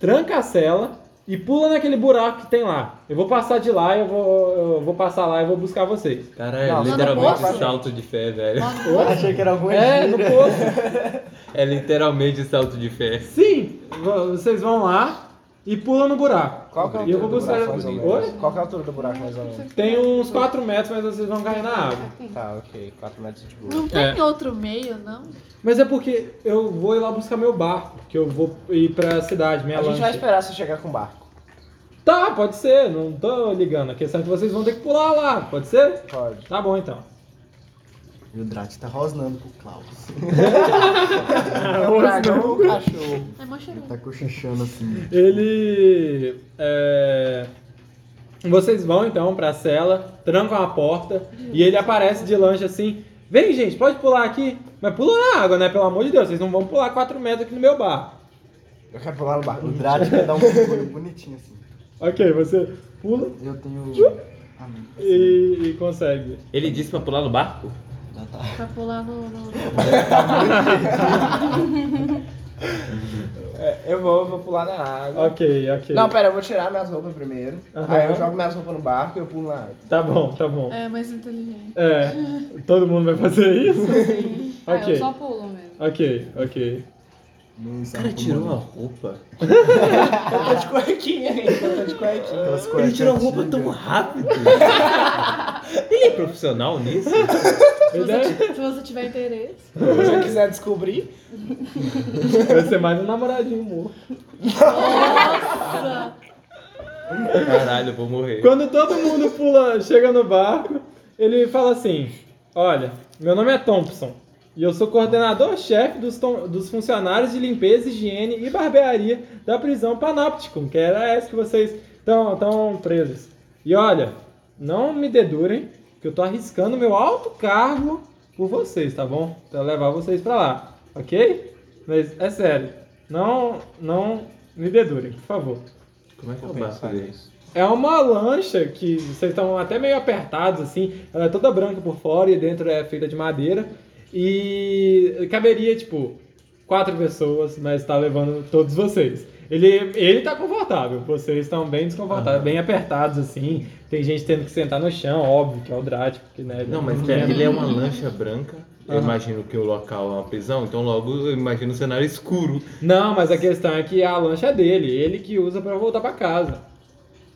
S1: tranca a cela e pula naquele buraco que tem lá. Eu vou passar de lá, eu vou, eu vou passar lá e vou buscar vocês.
S6: Caralho,
S3: Não,
S6: é
S3: não,
S6: literalmente
S4: não posso.
S6: salto de fé, velho.
S4: Mano,
S5: Achei que era algum
S1: É, no poço.
S6: É literalmente salto de fé.
S1: Sim, v- vocês vão lá e pulam no buraco.
S3: Qual que é a
S1: e eu vou
S3: altura do
S1: buscar.
S3: buraco mais ou menos?
S1: Oi?
S3: Qual que é a altura do buraco mais ou menos?
S1: Tem uns 4 metros, mas vocês vão cair na água.
S3: Tá, ok. 4 metros de boa.
S4: não tem
S1: É.
S4: outro meio, não?
S1: Mas é porque eu vou ir lá buscar meu barco, que eu vou ir pra cidade, minha
S3: A gente vai
S1: lancha.
S3: esperar você chegar com o barco.
S1: Tá, pode ser, não tô ligando. A questão é que vocês vão ter que pular lá, pode ser?
S3: Pode.
S1: Tá bom então.
S5: E o Drat tá rosnando pro
S1: [LAUGHS]
S5: Klaus.
S3: É o dragão ou o cachorro?
S4: É mó
S5: Ele
S4: cheiroso.
S5: tá cochichando assim.
S1: Ele. é, Vocês vão então pra cela, trancam a porta e ele aparece de lanche assim. Vem, gente, pode pular aqui. Mas pula na água, né? Pelo amor de Deus, vocês não vão pular 4 metros aqui no meu bar.
S3: Eu quero pular no barco.
S5: O Drat quer dar um mergulho bonitinho assim.
S1: Ok, você pula
S5: Eu tenho. Ah, não.
S1: e, e consegue.
S6: Ele disse pra pular no barco?
S5: Já tá.
S4: Pra pular no. no-
S3: É, Eu vou, eu vou pular na água.
S1: Ok, ok.
S3: Não, pera, eu vou tirar minhas roupas primeiro.
S1: Aham.
S3: Aí eu jogo minhas roupas no barco e eu pulo na água.
S1: Tá bom, tá bom.
S4: É mais inteligente.
S1: É, todo mundo vai fazer isso?
S4: Sim. Ah,
S1: Ok.
S4: eu só pulo mesmo.
S1: Ok, ok.
S5: Não,
S6: O cara tirou a roupa.
S3: Eu tô de cuequinha, gente. Eu tô de cuequinha.
S6: Ele tirou a
S5: Tá
S6: roupa tão rápido. [LAUGHS] Ele é profissional nisso?
S4: Se
S1: Ele deve-
S4: você, se você tiver interesse.
S3: Se você quiser descobrir,
S1: vai ser mais um namoradinho morto.
S4: Nossa!
S6: Caralho, eu vou morrer.
S1: Quando todo mundo pula, chega no barco, ele fala assim: Olha, meu nome é Thompson e eu sou coordenador-chefe dos, tom- dos funcionários de limpeza, higiene e barbearia da prisão Panopticon, que era essa que vocês estão tão presos. E olha, não me dedurem, que eu tô arriscando meu alto cargo por vocês, tá bom? Pra levar vocês pra lá, ok? Mas é sério, não, não me dedurem, por favor.
S6: Como é que eu
S3: Vou
S6: penso
S3: pensar
S6: fazer
S3: nisso.
S6: isso?
S1: É uma lancha que vocês estão até meio apertados, assim. Ela é toda branca por fora e dentro é feita de madeira. E caberia, tipo, quatro pessoas, mas tá levando todos vocês. Ele, ele tá confortável, vocês estão bem desconfortáveis, bem apertados, assim. Tem gente tendo que sentar no chão, óbvio, que é o Drat, porque, né?
S6: Não, mas
S1: tem
S6: pera, ele é uma lancha branca. Eu
S1: Aham.
S6: imagino que o local é uma prisão, então logo eu imagino um cenário escuro.
S1: Não, mas a questão é que a lancha é dele, ele que usa pra voltar pra casa.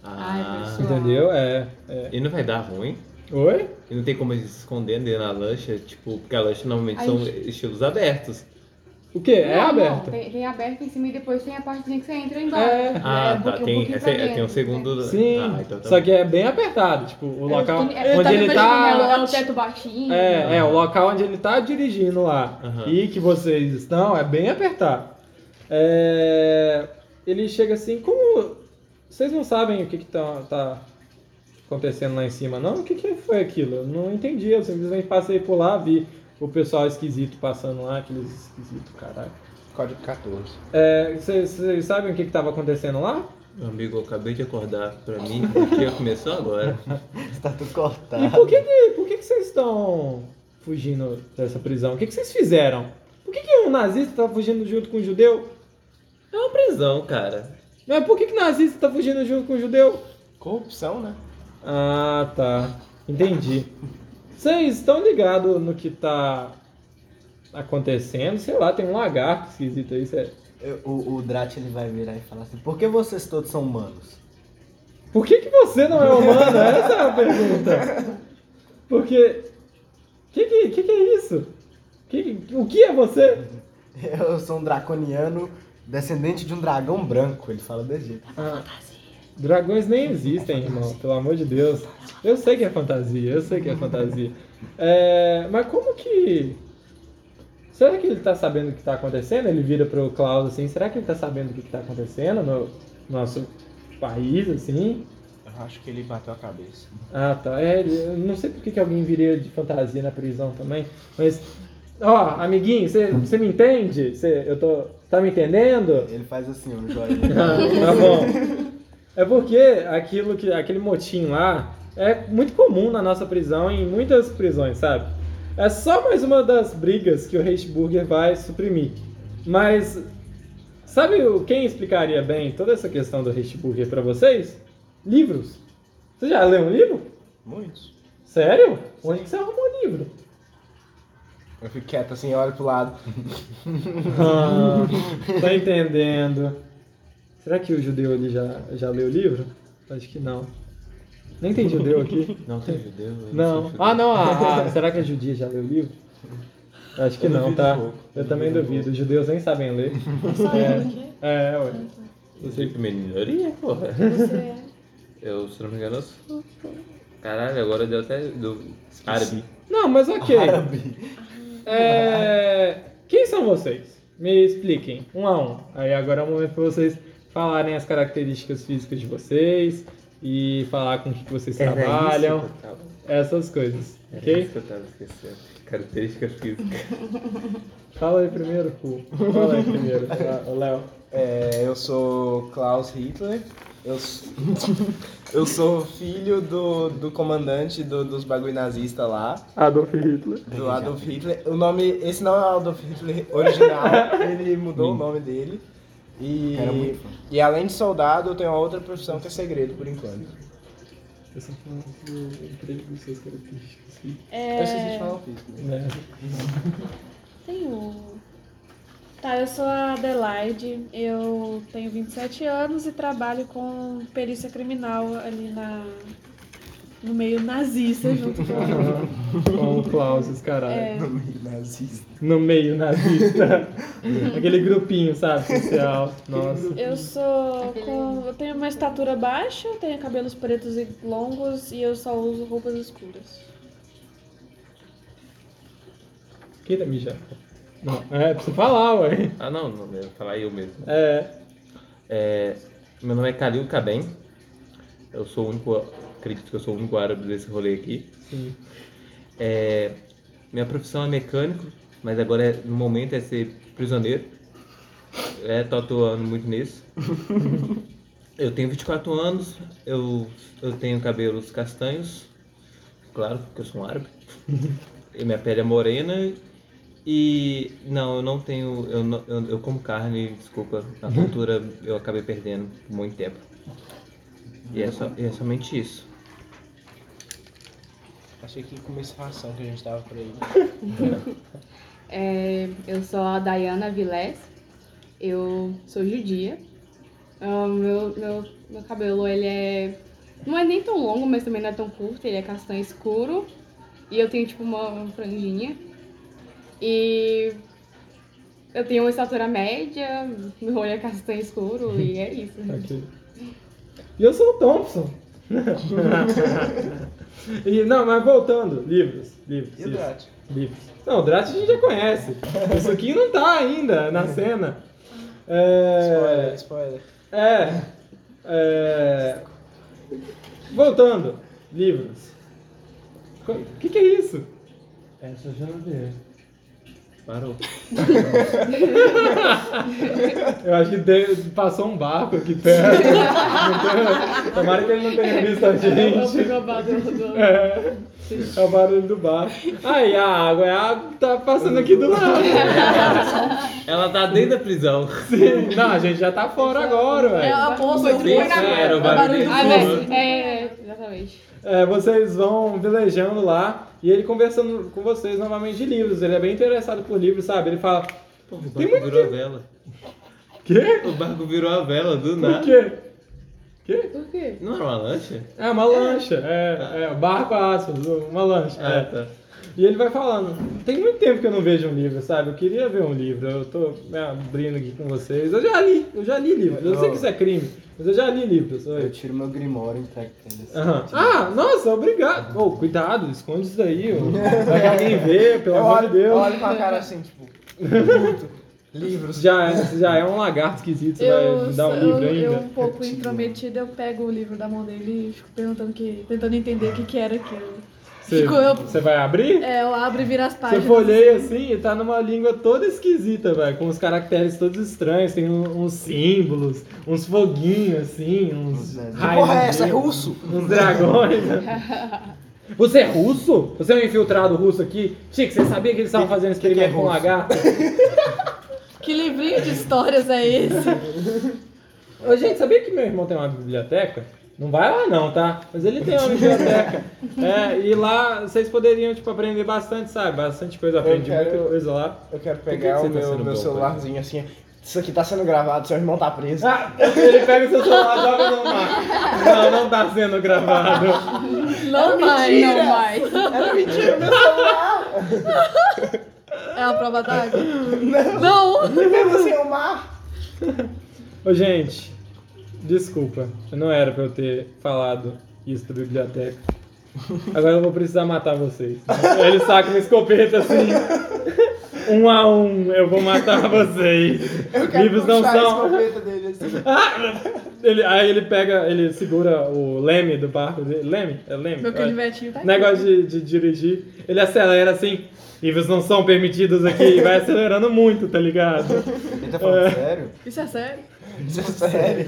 S4: Ai, pessoal.
S1: Entendeu? É. é.
S6: Ah. E não vai dar ruim?
S1: Oi?
S6: E não tem como eles se esconder dentro da lancha, tipo, porque a lancha normalmente
S7: Ai,
S6: são estilos abertos.
S1: O quê? É
S7: Não, não,
S1: aberta?
S7: Tem, tem aberto em cima e depois tem a partezinha que você entra embaixo.
S1: É.
S6: Ah,
S7: um
S6: tá.
S7: pouquinho- um
S6: Tem,
S7: pouquinho
S6: é,
S7: pra
S6: é, tem um
S7: dentro, né?
S6: segundo.
S1: Sim,
S6: Ah, então tá
S1: só
S6: bom.
S1: que é bem apertado, tipo, o
S7: É,
S1: local
S7: eu tô- eu
S1: onde
S7: tava
S1: ele
S7: imaginando, É
S1: tá...
S7: um teto baixinho.
S1: É, é, o local onde ele tá dirigindo lá
S6: Aham.
S1: e que vocês estão é bem apertado. É, ele chega assim, como... Vocês não sabem o que que tá, tá acontecendo lá em cima, não? O que que foi aquilo? Eu não entendi, eu simplesmente passei por lá, vi o pessoal esquisito passando lá, aqueles esquisitos, caralho.
S3: Código 14.
S1: É, Vocês vocês sabem o que que tava acontecendo lá?
S6: Meu amigo, eu acabei de acordar pra mim, porque eu começou agora.
S5: Está tudo
S1: E
S5: cortado.
S1: por que que, por que que vocês estão fugindo dessa prisão? O que que vocês fizeram? Por que que um nazista tá fugindo junto com um judeu?
S6: É uma prisão, cara.
S1: Mas por que que nazista tá fugindo junto com um judeu?
S3: Corrupção, né?
S1: Ah, tá. Entendi. Vocês estão ligados no que tá acontecendo? Sei lá, tem um lagarto esquisito aí. cê-
S5: Eu- O, o Drat ele vai virar e falar assim: por que vocês todos são humanos? [LAUGHS]
S1: Por que que você não é humano? Essa é a pergunta. Porque... Que que, que que é isso? Que que- o que é você?
S5: Eu sou um draconiano descendente de um dragão branco. Ele fala desse jeito.
S1: Ah, dragões nem existem, irmão, pelo amor de Deus. Eu sei que é fantasia, eu sei que é fantasia. É, mas como que. Será que ele tá sabendo o que tá acontecendo? Ele vira pro Klaus assim, será que ele tá sabendo o que, que tá acontecendo no nosso país, assim?
S3: Eu acho que ele bateu a cabeça.
S1: Ah, tá. É, ele- eu não sei por que que alguém viria de fantasia na prisão também, mas. Ó, amiguinho, você me entende? Cê, eu tô. Tá me entendendo?
S5: Ele faz assim, um joinha.
S1: Ah, tá bom. É porque aquilo que, aquele motim lá é muito comum na nossa prisão e em muitas prisões, sabe? É só mais uma das brigas que o Reichsburger vai suprimir. Mas sabe o- quem explicaria bem toda essa questão do Reichsburger pra vocês? Livros. Você já leu um livro?
S3: Muitos.
S1: Sério? Onde que você arrumou um livro?
S3: Eu fico quieto assim, olho pro lado.
S1: Ah, tô entendendo. Será que o judeu ali já, já leu o livro? Acho que não. Nem tem judeu aqui.
S6: [LAUGHS] Não tem judeu? eu
S1: Não.
S6: sou judeu.
S1: Ah, não. ah, ah, será que a judia já leu o livro? Acho que
S6: Eu
S1: não,
S6: duvido
S1: tá?
S6: um pouco,
S1: Eu
S6: eu
S1: também
S6: duvido um
S1: duvido. Os judeus nem sabem ler.
S4: Só eu aqui.
S1: É, ué.
S6: Eu sei que minoria, porra.
S4: Você
S7: é.
S6: Eu, se não me engano, eu sou. Caralho, agora deu até. Do... Árabe.
S1: Não, mas ok. É, Quem são vocês? Me expliquem, um a um. Aí agora é o momento para vocês falarem as características físicas de vocês e falar com o que que vocês
S6: Era isso
S1: trabalham.
S6: que eu tava-
S1: essas coisas,
S3: É
S6: Era
S1: ok?
S6: isso que eu tava esquecendo. Características físicas.
S1: Fala aí primeiro, Fu. Fala aí primeiro, tá? Ô, Léo.
S3: É, eu sou Klaus Hitler. Eu, s- [LAUGHS] eu sou filho do, do comandante do- dos bagulho nazista lá,
S1: Adolf Hitler.
S3: do Adolf Hitler. O nome, esse não é o Adolf Hitler original,
S5: [LAUGHS]
S3: ele mudou o nome dele. E,
S5: Era muito fã.
S3: e além de soldado, eu tenho uma outra profissão que é segredo por enquanto.
S1: Eu só falo um do emprego dos seus características.
S3: Eu esqueci de
S4: é...
S3: falar o físico.
S1: Né?
S4: Tem um. Tá, eu sou a Adelaide, eu tenho 27 anos e trabalho com perícia criminal ali na... no meio nazista, junto com
S1: Com o Klaus, os caralho.
S4: É.
S3: No meio nazista.
S1: No meio nazista. Aquele grupinho, sabe? Social. Nossa.
S4: Eu sou
S7: Aquele-
S4: com. Eu tenho uma estatura baixa, eu tenho cabelos pretos e longos e eu só uso roupas escuras.
S1: Quem tá mijando? Não, é, precisa falar, ué.
S6: Ah, não, não, eu ia falar eu mesmo.
S1: É.
S6: É, meu nome é Kalil Kabem. Eu sou o único. Acredito que eu sou o único árabe desse rolê aqui.
S1: Sim.
S6: É, Minha profissão é mecânico, mas agora é- no momento é ser prisioneiro. É, tô atuando muito nisso. Eu tenho 24 anos, eu, eu tenho cabelos castanhos, claro, porque eu sou um árabe. E minha pele é morena e não, eu não tenho, eu, não- eu, eu como carne, desculpa, na cultura eu acabei perdendo por muito tempo. E é, só, e é somente isso.
S3: Achei que ia comer essa ração que a gente tava por aí.
S7: É, eu sou a Dayana Vilés, eu sou judia. Ah, meu, meu, meu cabelo, ele é... Não é nem tão longo, mas também não é tão curto, ele é castanho escuro. E eu tenho, tipo, uma, uma franjinha. E... Eu tenho uma estatura média, meu olho é castanho escuro e é isso.
S1: Tá Aqui. E eu sou o Thompson. [LAUGHS] e, não, mas voltando, livros, livros,
S3: E o
S1: isso,
S3: Drat?
S1: livros. Não, o Drat a gente já conhece. O Suquinho não tá ainda na cena. É,
S3: Spoiler, spoiler.
S1: é, é, voltando, livros. O que, que é isso?
S6: Essa já não veio. Parou.
S1: Eu acho que teve- passou um barco aqui perto. [LAUGHS] Não tem- Tomara que ele não tenha visto a
S7: Eu
S1: gente.
S7: fico babado do...
S1: É, é o barulho do bar. Aí a água, é a água que tá passando aqui do lado.
S6: Ela tá dentro da [LAUGHS] prisão.
S1: Sim. Não, a gente já tá fora agora,
S8: É
S1: velho.
S8: a bolsa, eu
S6: Sim,
S8: fui na
S6: era o
S8: é
S6: barulho
S8: do
S6: do
S7: Ah,
S8: fogo.
S7: mas- é, é, exatamente.
S1: É, vocês vão velejando lá e ele conversando com vocês novamente de livros. Ele é bem interessado por livros, sabe? Ele fala.
S6: Pô, o
S1: Tem
S6: barco
S1: muito
S6: virou a vela.
S1: Quê?
S6: O barco virou a vela do
S1: Por
S6: nada.
S1: quê? Quê?
S7: Por quê?
S6: Não era uma lancha?
S1: É uma lancha. É, é barco aspas, uma lancha.
S6: Ah,
S1: é.
S6: tá.
S1: E ele vai falando, tem muito tempo que eu não vejo um livro, sabe? Eu queria ver um livro, eu tô me abrindo aqui com vocês. Eu já li, eu já li livros. Eu sei que isso é crime, mas eu já li livros.
S5: Eu
S1: Oi.
S5: tiro meu grimório e entrego pra eles.
S1: Aham. Ah, nossa, obrigado. Ô, cuidado, esconde isso daí. ô. Vai que alguém ver, pelo
S3: Eu
S1: amor de
S3: olho, eu
S1: Deus.
S3: olho com a cara assim, tipo.
S1: Livros. Já, é- já é um lagarto esquisito, você vai
S8: Eu,
S1: me dar um
S8: eu,
S1: livro
S8: eu,
S1: ainda.
S8: um pouco intrometida, eu pego o livro da mão dele e fico perguntando que. tentando entender o que, que era aquilo.
S1: Você,
S8: Fico eu.
S1: você vai abrir?
S8: É, eu abro e viro as
S1: Você
S8: páginas.
S1: folheia assim e tá numa língua toda esquisita, velho. Com os caracteres todos estranhos, tem um- uns símbolos, uns foguinhos assim, uns.
S5: Que
S1: raios
S2: Porra, é
S1: de-
S2: essa? É russo?
S8: [LAUGHS]
S1: Uns dragões. né? Você é russo? Você é um infiltrado russo aqui? Chico, você sabia que eles estavam fazendo experimento com lagarto?
S8: Que livrinho de histórias é
S1: [LAUGHS]
S8: esse?
S1: Ô, gente, sabia que meu irmão tem uma biblioteca? Não vai lá não, tá? Mas ele
S3: [LAUGHS]
S1: tem uma biblioteca. É, e lá vocês poderiam, tipo, aprender bastante, sabe? Bastante coisa, aprendi
S3: quero-
S1: muita coisa lá.
S3: Eu quero
S6: que
S3: pegar o
S6: que você tá
S3: meu,
S6: sendo
S3: meu
S6: bom,
S3: celularzinho assim. Isso aqui tá sendo gravado, seu irmão tá preso.
S1: Ah, ele pega o seu celular, joga no mar. Não, não tá sendo gravado.
S8: Não mais, não mais.
S3: [LAUGHS] Era mentira, meu celular!
S8: É a prova d'água? Não. Não!
S3: Era sem o mar!
S1: Ô, gente, desculpa. Não era pra eu ter falado isso da biblioteca. Agora eu vou precisar matar vocês. Aí Ele saca uma escopeta assim. Um a um, eu vou matar vocês. Livros não
S3: Puxar a
S1: são.
S3: escopeta dele assim.
S1: Ele, aí ele pega, ele segura o leme do barco dele. Leme? É leme?
S8: Meu
S1: Olha.
S8: canivetinho tá aqui.
S1: Negócio de, de dirigir. Ele acelera assim. Livros não são permitidos aqui. E vai acelerando muito, tá ligado?
S5: Ele tá falando sério?
S8: Isso é sério?
S5: Sério?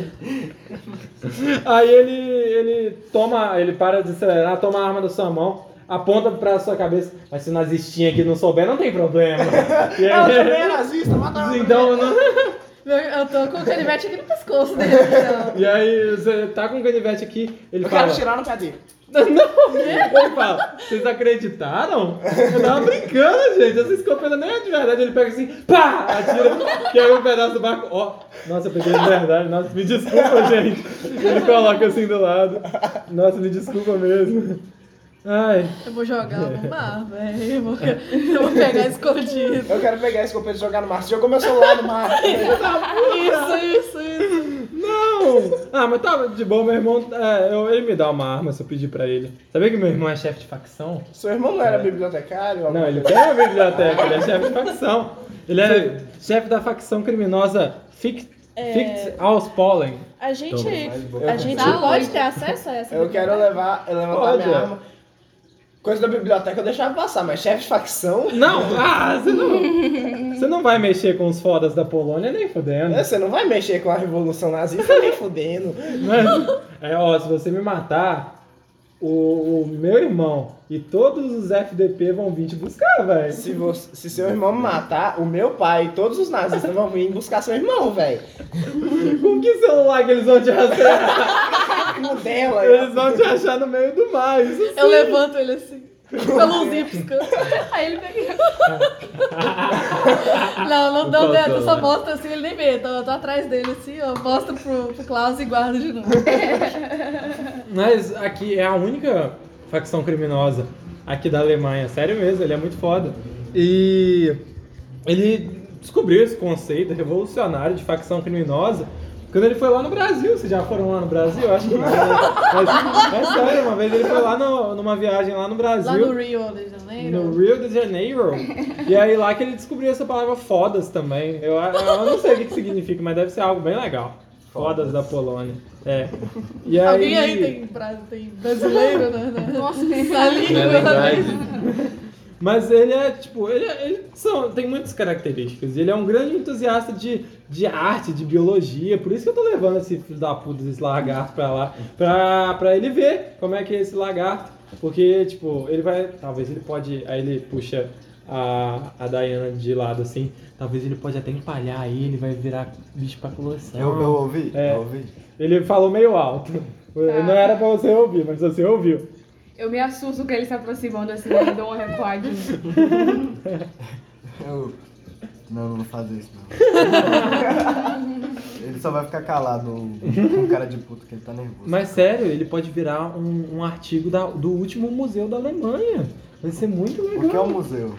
S1: Aí ele, ele toma, ele para de acelerar, toma a arma da sua mão, aponta pra sua cabeça, mas se o nazistinha aqui não souber, não tem problema. E
S3: [LAUGHS] Ela
S1: aí-
S3: também é nazista, mata
S1: [LAUGHS]
S3: ela.
S1: então, não-
S8: Meu- Eu tô com o canivete aqui no pescoço dele. então.
S1: e aí você tá com o canivete aqui, ele
S3: Eu
S1: fala...
S3: quero tirar no pé dele.
S1: Não, ele fala, vocês acreditaram? Eu tava brincando, gente, essa escopeta nem é de verdade. Ele pega assim, pá, atira, quebra um pedaço do barco. Ó, nossa, eu peguei de verdade, nossa, me desculpa, gente. Ele coloca assim do lado, nossa, me desculpa mesmo. Ai,
S8: Eu vou jogar
S1: [LAUGHS]
S8: no mar, velho. Eu vou, eu vou pegar escondido.
S1: [LAUGHS]
S3: Eu quero pegar a escopeta e jogar no mar. Você jogou meu celular no mar.
S8: Isso, isso, isso.
S1: não! Ah, mas tava de boa, meu irmão, é, eu- ele me dá uma arma se eu pedir pra ele. Sabia que meu irmão é chefe de facção?
S3: Seu irmão não era bibliotecário?
S1: Não, ele tem uma biblioteca, ele é chefe de facção. Ele é chefe da facção criminosa Fix,
S4: É.
S1: Fix Aus Pollen.
S4: A gente,
S6: Toma,
S4: a gente
S7: Tá,
S4: pode ter acesso a essa
S3: Eu quero levar, eu levantar
S1: Pode,
S3: minha
S1: é.
S3: arma Coisa da biblioteca eu deixava passar, mas chefe de facção.
S1: Não, ah, você não, você não vai mexer com os fodas da Polônia nem fudendo.
S3: né, Você não vai mexer com a Revolução Nazista nem fudendo.
S1: Mas, é, ó, se você me matar, o, o meu irmão e todos os FDP vão vir te buscar, velho.
S3: Se, você, se seu irmão me matar, o meu pai e todos os nazistas vão vir buscar seu irmão, velho.
S1: Com que celular que eles vão te achar?
S3: Modela.
S1: Eles vão te achar no meio do mar, isso sim.
S8: Eu levanto ele assim. Com a luzinha piscando. Aí ele pega. não, não dá
S6: Não
S8: medo. Eu
S6: posso,
S8: só
S6: né?
S8: mostro assim, ele nem vê. Então eu tô atrás dele assim, eu mostro pro, pro Klaus e guardo de novo.
S1: Mas aqui é a única facção criminosa aqui da Alemanha. Sério mesmo, ele é muito foda. E ele descobriu esse conceito revolucionário de facção criminosa quando ele foi lá no Brasil. Vocês já foram lá no Brasil? Eu Acho que não. né? Mas, é sério, uma vez ele foi lá no- numa viagem lá no Brasil.
S8: Lá no Rio de Janeiro.
S1: No Rio de Janeiro. E aí lá que ele descobriu essa palavra fodas também. Eu, eu não sei o que, que significa, mas deve ser algo bem legal. Fodas da Polônia. É. E aí,
S8: Alguém aí tem, pra- tem brasileiro, né? né?
S7: [LAUGHS] Nossa,
S8: Na
S1: é
S8: língua.
S1: Mas ele é, tipo, ele, é- ele são, tem muitas características. Ele é um grande entusiasta de, de arte, de biologia. Por isso que eu tô levando esse filho da puta desse lagarto pra lá. Pra, pra ele ver como é que é esse lagarto. Porque, tipo, ele vai. Talvez ele pode. Aí ele puxa a, a Diana de lado assim. Talvez ele pode até empalhar aí, ele vai virar bicho pra colossal.
S5: Eu, eu ouvi,
S1: É.
S5: eu ouvi.
S1: Ele falou meio alto. Não era pra você ouvir, mas você ouviu.
S7: Eu me assusto com ele se aproximando assim, eu dou uma recuadinha.
S5: Eu... Não, não vou fazer
S1: [LAUGHS]
S5: isso não. ele só vai ficar calado um, com cara de puto que ele tá nervoso.
S1: Mas sério, ele pode virar um, um artigo da- do último museu da Alemanha. Vai ser muito legal.
S5: Porque é um museu.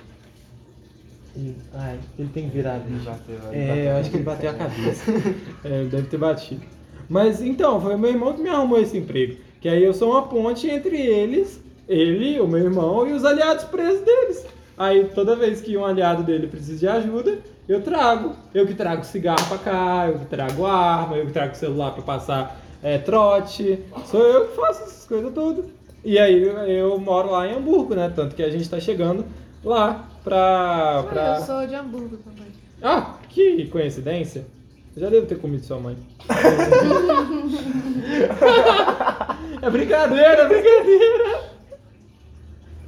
S1: Ele- Ai, ele tem que virar bicho.
S5: É,
S1: É, eu acho que ele bateu a cabeça. [LAUGHS] É, deve ter batido. Mas então, foi meu irmão que me arrumou esse emprego. Que aí eu sou uma ponte entre eles, ele, o meu irmão e os aliados presos deles. Aí toda vez que um aliado dele precisa de ajuda, eu trago. Eu que trago cigarro pra cá, eu que trago arma, eu que trago celular pra passar é, trote. Sou eu que faço essas coisas todas. E aí eu, eu moro lá em Hamburgo, né? Tanto que a gente tá chegando lá pra. pra...
S8: Eu sou de Hamburgo também.
S1: Ah, que coincidência. Eu já devo ter comido sua
S3: [LAUGHS]
S1: mãe. é brincadeira, é brincadeira.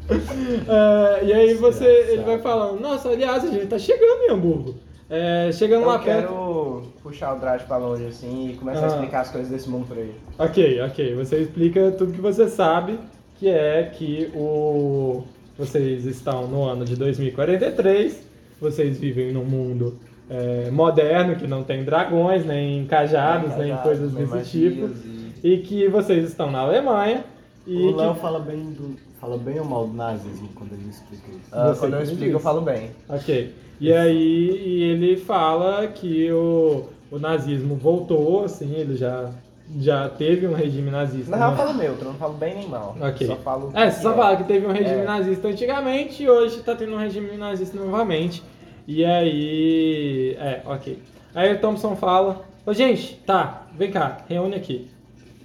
S1: É, e aí você, ele vai falando, nossa, aliás, a gente tá chegando em Hamburgo. É, chegando lá
S3: Eu
S1: perto.
S3: quero puxar o Drade pra longe assim e começar
S1: Ah.
S3: a explicar as coisas desse mundo pra ele.
S1: Ok, ok. Você explica tudo que você sabe, que é que o vocês estão no ano de 2043, vocês vivem num mundo é, moderno que não tem dragões, nem cajados, nem, coisas
S3: nem
S1: desse
S3: magias
S1: tipo,
S3: e-
S1: e que vocês estão na Alemanha e tipo,
S5: O
S1: que-
S5: Léo fala bem do. Fala bem ou mal do nazismo quando ele explica isso.
S3: Ah,
S1: Você
S3: quando
S1: que
S3: eu
S1: me
S3: explico, eu
S1: diz.
S3: falo bem.
S1: Ok. E aí e ele fala que o, o nazismo voltou, assim, ele já já teve um regime nazista.
S3: Na real,
S1: né?
S3: eu falo neutro, eu não falo bem nem mal.
S1: Ok.
S3: Só falo. o
S1: É, você só
S3: que
S1: fala que teve um regime
S3: É.
S1: nazista antigamente e hoje tá tendo um regime nazista novamente. E aí. É, ok. Aí o Thompson fala: Ô gente, tá, vem cá, reúne aqui.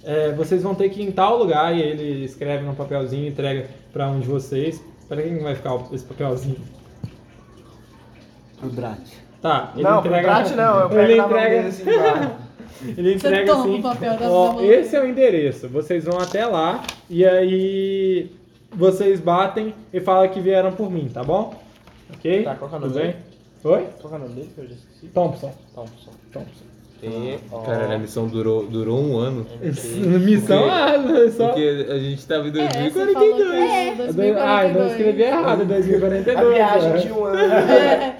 S1: É, vocês vão ter que ir em tal lugar e ele escreve num papelzinho e entrega pra um de vocês. Pra quem vai ficar esse papelzinho?
S5: Pro Drat.
S1: Tá, ele
S3: Não, pro
S1: entrega.
S3: Drat não, eu pego
S1: [LAUGHS] ele
S3: na mão
S1: entrega.
S3: dele assim, claro.
S1: Ele
S8: Você
S1: entrega
S8: toma
S1: assim.
S8: o papel da sua
S1: Ó,
S8: mão.
S1: esse é o endereço. Vocês vão até lá e aí vocês batem e falam que vieram por mim, tá bom? Ok?
S3: Tá, qual que é o
S1: Tudo
S3: nome
S1: bem? Oi?
S3: Qual que é o nome dele que eu já esqueci?
S1: Thompson.
S3: Thompson.
S1: Thompson.
S3: T-O-
S6: Cara, a missão durou, durou um ano.
S1: [LAUGHS] Missão
S6: Porque-
S1: ah, não, é só.
S6: Porque a gente tava em
S8: É,
S6: 2000.
S8: você falou que é
S1: Ah, então eu escrevi
S8: 2042.
S1: errado,
S3: A
S1: 2042.
S3: viagem
S1: né?
S3: de [LAUGHS] um ano.
S8: é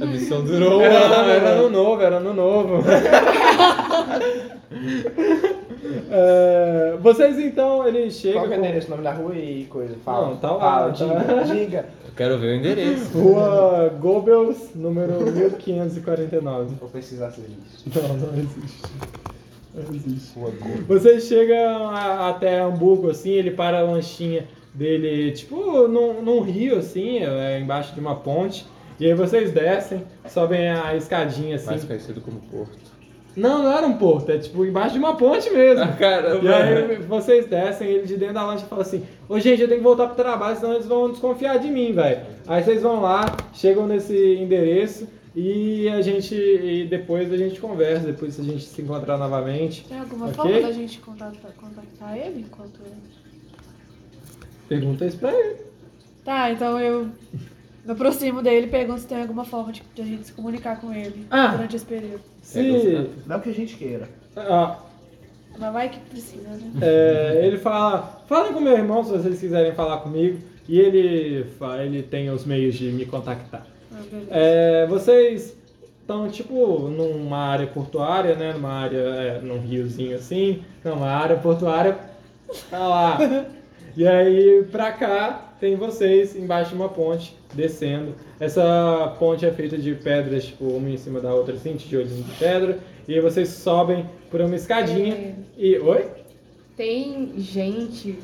S6: A missão durou um
S1: Era,
S6: ano.
S1: ano- era ano novo, era ano novo.
S3: [LAUGHS]
S1: É, vocês então, ele chega.
S3: Qual que é o
S1: com-
S3: endereço, o nome da rua e coisa? Fala.
S1: Não, tá lá, tá
S3: Fala, diga,
S1: lá.
S3: diga.
S6: Eu quero ver o
S3: é?
S6: endereço.
S1: Rua Goebbels, número 1549.
S3: Vou precisar ser isso.
S1: Não, não existe. Não existe. Você chega a- até Hamburgo, assim, ele para a lanchinha dele, tipo, num, num rio, assim, é, embaixo de uma ponte. E aí vocês descem, sobem a escadinha, assim.
S6: Mais conhecido como Porto. [LAUGHS]
S1: Não, não era um porto, é tipo embaixo de uma ponte mesmo. E
S6: Ah, Caramba.
S1: aí vocês descem, ele de dentro da lancha fala assim, ô gente, eu tenho que voltar pro trabalho, senão eles vão desconfiar de mim, velho. Aí vocês vão lá, chegam nesse endereço e a gente. E depois a gente conversa, depois a gente se encontrar novamente.
S4: Tem alguma
S1: Ok.
S4: forma da gente contactar, contactar ele enquanto ele.
S1: Pergunta isso pra ele.
S4: Tá, então eu me aproximo dele e pergunto se tem alguma forma de, de a gente se comunicar com ele
S1: Ah.
S4: durante esse período.
S1: Se.
S5: Não que a gente queira.
S1: ah,
S4: Mas vai que precisa, né?
S1: É, ele fala, falem com meu irmão se vocês quiserem falar comigo. E ele, fa- ele tem os meios de me contactar.
S4: Ah, beleza.
S1: É, vocês estão, tipo, numa área portuária, né? Numa área, é, num riozinho assim. Não, uma área portuária. Tá lá. E aí, pra cá, tem vocês embaixo de uma ponte, descendo. Essa ponte é feita de pedras, tipo, uma em cima da outra, assim, tijolinhos de pedra. E vocês sobem por uma escadinha. E. Oi?
S7: Tem gente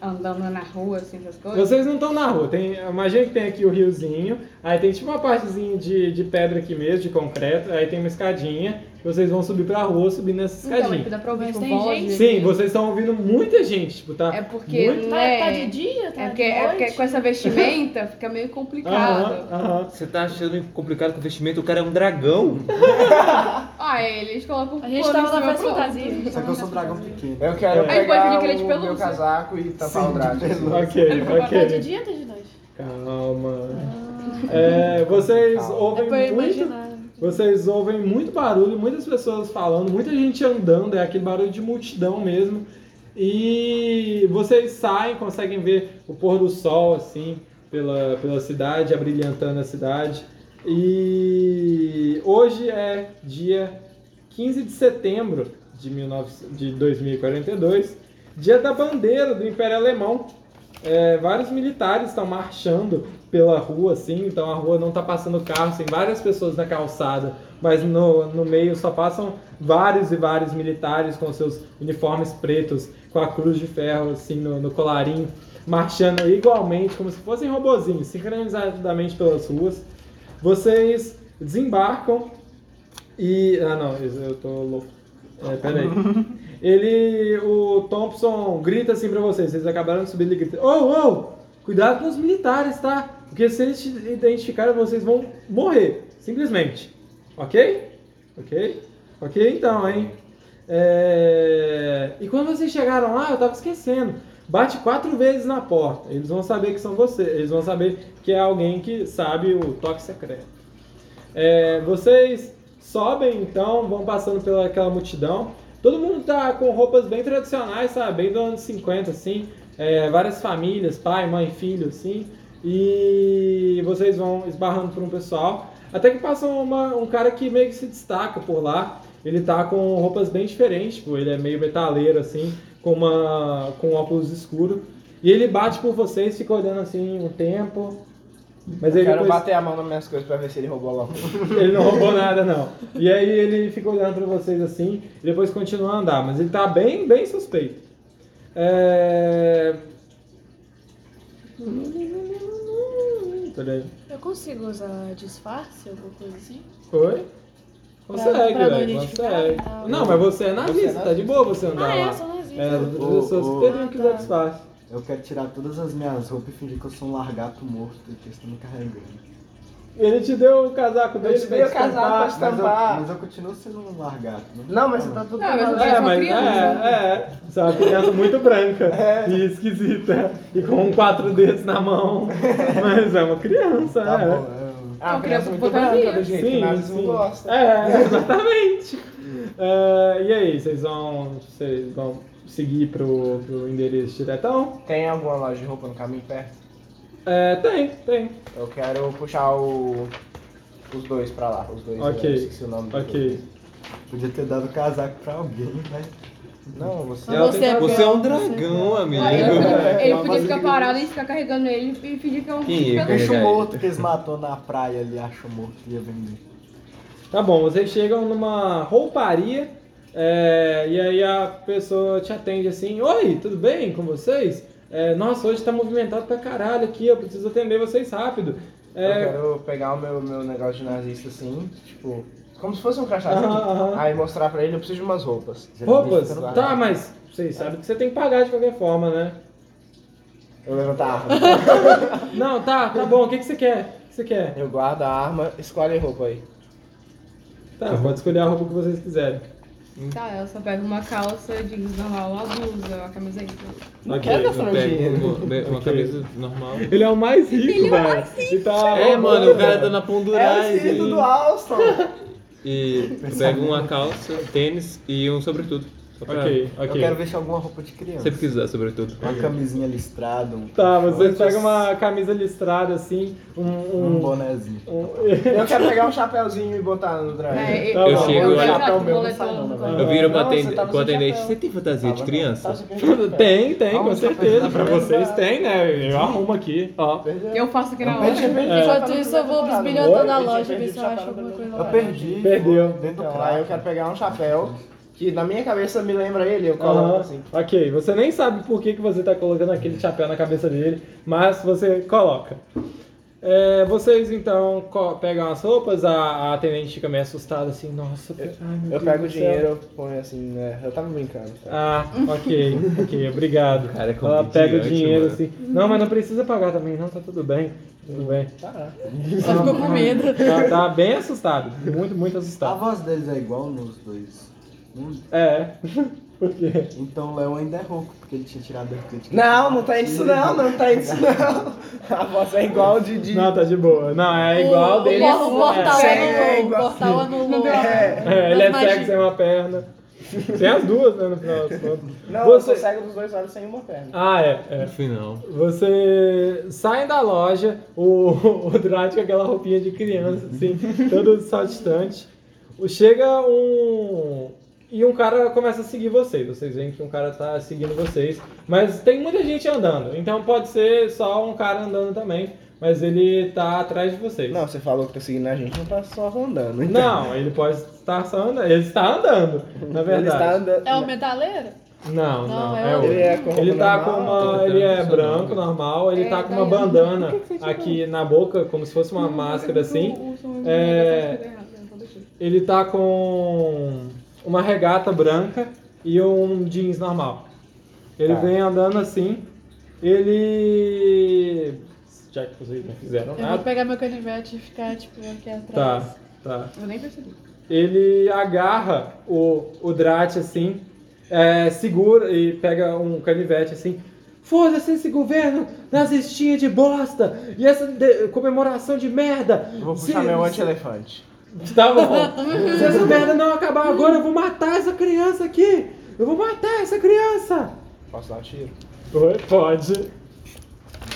S7: andando na rua, assim, essas coisas?
S1: Vocês não estão na rua, tem, imagina que tem aqui o riozinho, aí tem tipo uma partezinha de, de pedra aqui mesmo, de concreto, aí tem uma escadinha, vocês vão subir pra rua, subir nessa
S7: Então, é que
S1: escadinha.
S7: dá pra ouvir
S4: Mas
S7: com
S4: tem
S7: voz,
S4: gente?
S7: né?
S1: Sim, vocês estão ouvindo muita gente, tipo, tá?
S7: É porque,
S1: Muito-
S7: não
S8: Tá,
S7: é...
S8: tá de dia? Tá
S7: É porque,
S8: de
S7: é porque
S8: noite?
S7: com essa vestimenta fica meio
S4: É um
S7: complicado.
S1: Aham, aham.
S6: Você tá achando complicado com o vestimento? O cara é um dragão.
S7: Ah, eles colocam
S4: A gente
S7: pano em
S4: tava
S7: cima
S4: na
S7: do outro.
S4: fantasia. a gente
S5: Só
S4: tava
S5: que eu
S4: na
S5: sou um dragão pequeno.
S3: Eu quero
S7: Aí pode vir
S3: pegar
S7: que ele é de
S3: o
S7: pelúcia.
S3: meu casaco e tapar o assim. draco.
S1: Ok,
S4: Tá de
S1: ok.
S4: dia ou tá de noite?
S1: Calma. É, vocês
S5: Calma.
S1: ouvem
S4: É pra eu
S1: muito
S4: imaginar. né?
S1: Vocês ouvem muito barulho, muitas pessoas falando, muita gente andando, é aquele barulho de multidão mesmo. E vocês saem, conseguem ver o pôr do sol assim pela, pela cidade, abrilhantando a cidade. E hoje é dia 15 de setembro de, 19, de 2042, dia da bandeira do Império Alemão. É, vários militares estão marchando pela rua, assim, então a rua não tá passando carro, tem várias pessoas na calçada, mas no, no meio só passam vários e vários militares com seus uniformes pretos, com a cruz de ferro, assim, no, no colarinho, marchando igualmente, como se fossem robozinhos, sincronizadamente pelas ruas. Vocês desembarcam e. Ah, não, eu tô louco. É, peraí. Ele, o Thompson grita assim pra vocês, vocês acabaram de subir, ele grita, ô, ô, cuidado com os militares, tá? Porque se eles te identificarem, vocês vão morrer, simplesmente. Ok? Ok? Ok então, hein? É, E quando vocês chegaram lá, eu tava esquecendo, bate quatro vezes na porta, eles vão saber que são vocês, eles vão saber que é alguém que sabe o toque secreto. É, vocês sobem então, vão passando pela aquela multidão. Todo mundo tá com roupas bem tradicionais, sabe? Bem do ano 50, assim. É, várias famílias, pai, mãe, filho, assim. E vocês vão esbarrando por um pessoal. Até que passa uma- um cara que meio que se destaca por lá. Ele tá com roupas bem diferentes, tipo, ele é meio metaleiro, assim, com, uma, com um óculos escuro. E ele bate por vocês, fica olhando assim um tempo. Mas
S3: Eu
S1: ele
S3: quero
S1: depois-
S3: bater a mão nas minhas coisas pra ver se ele roubou logo.
S1: ele não roubou nada, não. E aí ele fica olhando pra vocês assim, e depois continua a andar. Mas ele tá bem, bem suspeito. É... Peraí.
S4: Eu consigo usar disfarce, alguma coisa assim?
S1: Oi? Consegue,
S4: pra não
S1: velho,
S4: identificar?
S1: consegue. Não, mas você é
S2: Você é
S1: nazista, tá de boa você andar
S4: Ah,
S1: lá.
S4: é, só não existe.
S1: É, as outras
S5: Ô,
S1: pessoas
S5: ô.
S1: teriam que usar
S4: Ah, tá.
S1: disfarce.
S5: Eu quero tirar todas as minhas roupas e fingir que eu sou um largato morto e que estão me carregando.
S1: Ele te deu o casaco dele,
S3: te
S1: vai
S3: dei o casaco
S1: descampar.
S3: pra
S5: Mas eu,
S3: Estampar.
S5: mas eu continuo sendo um largato.
S3: Não, mas
S5: tem
S3: você tá
S5: problema.
S3: tudo.
S7: Não, Ah, mas eu
S1: É,
S7: sou
S1: mas
S7: criança.
S1: é, é. Você é uma criança muito branca e esquisita. E com um quatro dedos na mão. Mas é uma criança,
S5: Tá
S1: é.
S5: bom, eu-
S3: Ah,
S7: Eu
S3: criança
S7: queria
S3: muito
S7: botar
S3: branca
S7: ali.
S3: do jeito que nada não gosta.
S1: É, exatamente. É, e aí, vocês vão, vocês vão seguir pro, pro endereço diretão?
S3: Tem alguma loja de roupa no caminho perto?
S1: É, tem, tem.
S3: Eu quero puxar o. Os dois pra lá, os dois.
S1: Ok.
S3: eu esqueci o nome dos
S1: Ok.
S5: Podia ter dado casaco pra alguém, mas.
S3: dois. Não, você.
S4: Mas você é
S6: Você é
S4: peão,
S6: um dragão, amigo.
S7: Aí eu-
S5: É,
S7: ele
S5: uma
S7: podia ficar
S5: vazia.
S7: parado e ficar carregando ele e fingir que é um
S6: Quem ia
S5: Deixa
S6: Verdade.
S5: o morto que eles matou na praia ali, acha morto e ia vender.
S1: Tá bom, vocês chegam numa rouparia é, e aí a pessoa te atende assim: Oi, tudo bem com vocês? É, nossa, hoje tá movimentado pra caralho aqui, eu preciso atender vocês rápido.
S3: Eu
S1: É,
S3: quero pegar o meu, meu negócio de nazista assim, tipo, Como se fosse um
S1: Aham,
S3: crachazinho.
S1: aham.
S3: Aí mostrar pra ele, eu preciso de umas roupas.
S1: Ah. Roupas?
S3: Geralmente, quando-
S1: Tá, mas vocês sabem que você tem que pagar de qualquer forma, né?
S3: Eu levanto a arma.
S1: Não, tá, tá bom. O que, que você quer? O que você quer?
S3: Eu guardo a arma, escolhe a roupa aí.
S1: Tá, pode escolher a roupa que vocês quiserem.
S7: Tá, eu só pego uma calça, jeans normal, uma blusa, uma camiseta.
S6: Não
S5: quero
S6: eu
S5: gastar meu
S6: pego
S5: dinheiro.
S6: Uma, uma
S1: Ok.
S6: camisa normal.
S1: [LAUGHS] Ele é o mais rico, velho. Ele tá
S6: É,
S1: roubando,
S6: mano, o cara
S1: velho.
S6: dando a
S5: É o
S6: pondurais.
S5: espírito
S6: e-
S5: do Alston.
S6: E eu pego uma calça, tênis e um sobretudo. Só pra
S1: Ok,
S5: Eu
S1: ok.
S5: quero ver se alguma roupa de criança.
S6: sempre quis usar sobretudo.
S5: Uma camisinha listrada, um,
S1: Tá, mas você
S5: Antes-
S1: pega uma camisa listrada assim, um.
S3: Hum.
S5: um
S1: um,
S5: bonézinho.
S1: um-
S3: Eu quero pegar um chapéuzinho e botar no dragão.
S7: É,
S1: Tá bom,
S6: chego
S7: eu
S6: lá.
S7: já
S5: Chapéu
S7: com o
S5: meu não
S7: moletom.
S5: sai não, né,
S1: velho?
S6: Eu viro pra
S3: Não,
S6: atend-
S3: você tava
S6: pro
S3: sem
S6: atendente.
S3: chapéu.
S6: Você tem fantasia
S3: Tá
S6: de
S3: Tava
S6: criança?
S3: sem chapéu.
S1: tem, tem, com
S5: Vamos pra
S1: certeza.
S5: frente,
S1: Pra vocês tem, né? Eu arrumo aqui, ó.
S7: Eu faço aqui na hora.
S3: Perdi, perdi, já tá
S8: Enquanto
S3: no
S8: isso, eu vou
S3: primeiro temporada.
S8: bisbilhotando a
S3: Perdi,
S8: loja,
S3: perdi
S8: ver se
S3: o
S8: eu acho
S3: um chapéu
S8: alguma
S3: do
S8: coisa
S5: Eu
S8: lá.
S5: perdi.
S1: Perdeu.
S5: vou Dentro do
S3: Então, aí eu
S5: crack.
S3: quero pegar um chapéu que na minha cabeça me lembra ele, eu coloco
S1: Aham.
S3: assim.
S1: Ok, você nem sabe por que, que você tá colocando aquele chapéu na cabeça dele, mas você coloca. É, vocês então co- pegam as roupas, a, a atendente fica meio assustada assim, nossa, ai, meu
S3: Eu
S1: Deus
S3: pego
S1: do
S3: o
S1: céu.
S3: dinheiro, eu ponho assim, né? Eu tava brincando. tá?
S8: [LAUGHS]
S1: Ah, ok, ok, obrigado.
S6: Cara, é
S1: Ela pega o
S6: comediante,
S1: dinheiro
S6: mano.
S1: assim. Não, mas não precisa pagar também, não, tá tudo bem. Tudo bem.
S3: Tá.
S8: Só ficou com medo.
S1: Tá, tá bem assustado, muito, muito
S8: [LAUGHS]
S5: A
S1: assustado.
S5: voz deles é igual nos dois. Hum,
S1: É, [LAUGHS] por quê?
S5: Então o Léo ainda é rouco, porque ele tinha tirado a arcante.
S3: Não, não tá isso não, não tá isso não. [LAUGHS] A voz é igual de. de...
S1: Não, tá de boa. Não, é igual
S8: o,
S1: dele.
S8: o por- o portal
S1: é.
S3: É,
S8: anulou. O
S3: igual
S8: portal anulou.
S1: É, ele é
S8: Mas
S1: cego sem uma perna. Tem as duas, né, no final das contas.
S3: Não,
S1: Você-
S3: eu sou cego dos dois olhos sem uma perna.
S1: Ah, é, é.
S6: No final.
S1: Você sai da loja, o, [LAUGHS] o Drat com aquela roupinha de criança, assim, todo saltitante. O- Chega um. E um cara começa a seguir vocês. Vocês veem que um cara tá seguindo vocês. Mas tem muita gente andando. Então pode ser só um cara andando também. Mas ele tá atrás de vocês.
S3: Não, você falou que tá seguindo a gente, não tá só rondando. então.
S1: Não, ele pode estar só andando. Ele está andando, na
S3: Ele está
S1: verdade.
S3: andando.
S8: É o metaleiro?
S1: Não,
S8: Não,
S1: não,
S8: é
S1: é
S8: outro.
S1: outro.
S3: Ele é com roupa
S1: Ele tá com
S3: normal?
S1: uma. Ele é branco, normal, ele
S7: É,
S1: tá com uma
S7: Dayana.
S1: bandana
S7: Por que que você
S1: aqui na boca, como se fosse uma máscara assim.
S7: Então, O- o- o- o-
S1: É.
S7: tá errado, eu vou deixar.
S1: Ele tá com uma regata branca e um jeans normal. Ele
S3: Tá.
S1: vem andando assim. Ele. Já que vocês não fizeram
S8: Eu vou
S1: nada.
S8: pegar meu canivete e ficar, tipo, aqui atrás.
S1: Tá, tá.
S7: Eu nem percebi.
S1: ele agarra o, o Drat assim, é, segura e pega um canivete assim. Foda-se esse governo nazistinha de bosta! E essa de- comemoração de merda!
S3: Eu vou
S1: Se-
S3: puxar meu anti-elefante.
S1: Tá
S3: [LAUGHS]
S1: bom. Se essa merda não acabar agora, eu vou matar essa criança aqui! Eu vou matar essa criança!
S3: Posso dar um tiro?
S1: Oi, pode.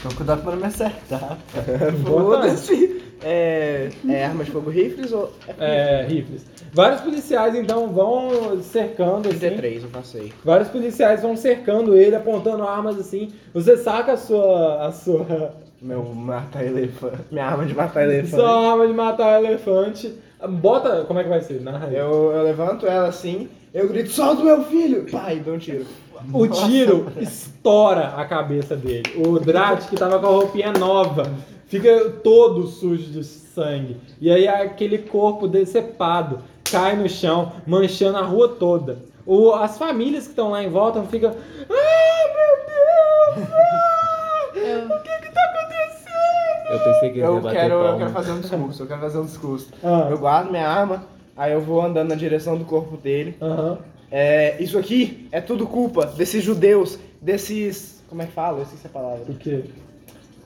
S5: Então cuidado pra não me acertar.
S3: tá? [LAUGHS] Foda-se. É, é arma de fogo rifles ou.
S1: É, rifles. Vários policiais então vão cercando assim.
S3: 33, eu passei.
S1: Vários policiais vão cercando ele, apontando armas assim. Você saca a sua. a sua.
S3: Meu mata elefante. Minha arma de matar elefante.
S1: sua arma de matar elefante. Bota. Como é que vai ser? Narra aí.
S3: Eu, eu levanto ela assim, eu grito, solta o meu filho! Pai, dou um tiro.
S1: O tiro estoura a cabeça dele. O Drat, que tava com a roupinha nova, fica todo sujo de sangue. E aí aquele corpo decepado cai no chão, manchando a rua toda. O- as famílias que estão lá em volta ficam. Ah, meu Deus!
S8: Eu-
S6: Eu pensei que ele ia
S3: Eu
S6: bater
S3: quero, eu
S6: palma.
S3: quero fazer um discurso, eu quero fazer um discurso.
S1: Ah,
S3: Eu guardo minha arma, aí eu vou andando na direção do corpo dele.
S1: aham.
S3: É, isso aqui é tudo culpa desses judeus, desses. Como é que fala? Eu esqueci a palavra.
S1: O quê?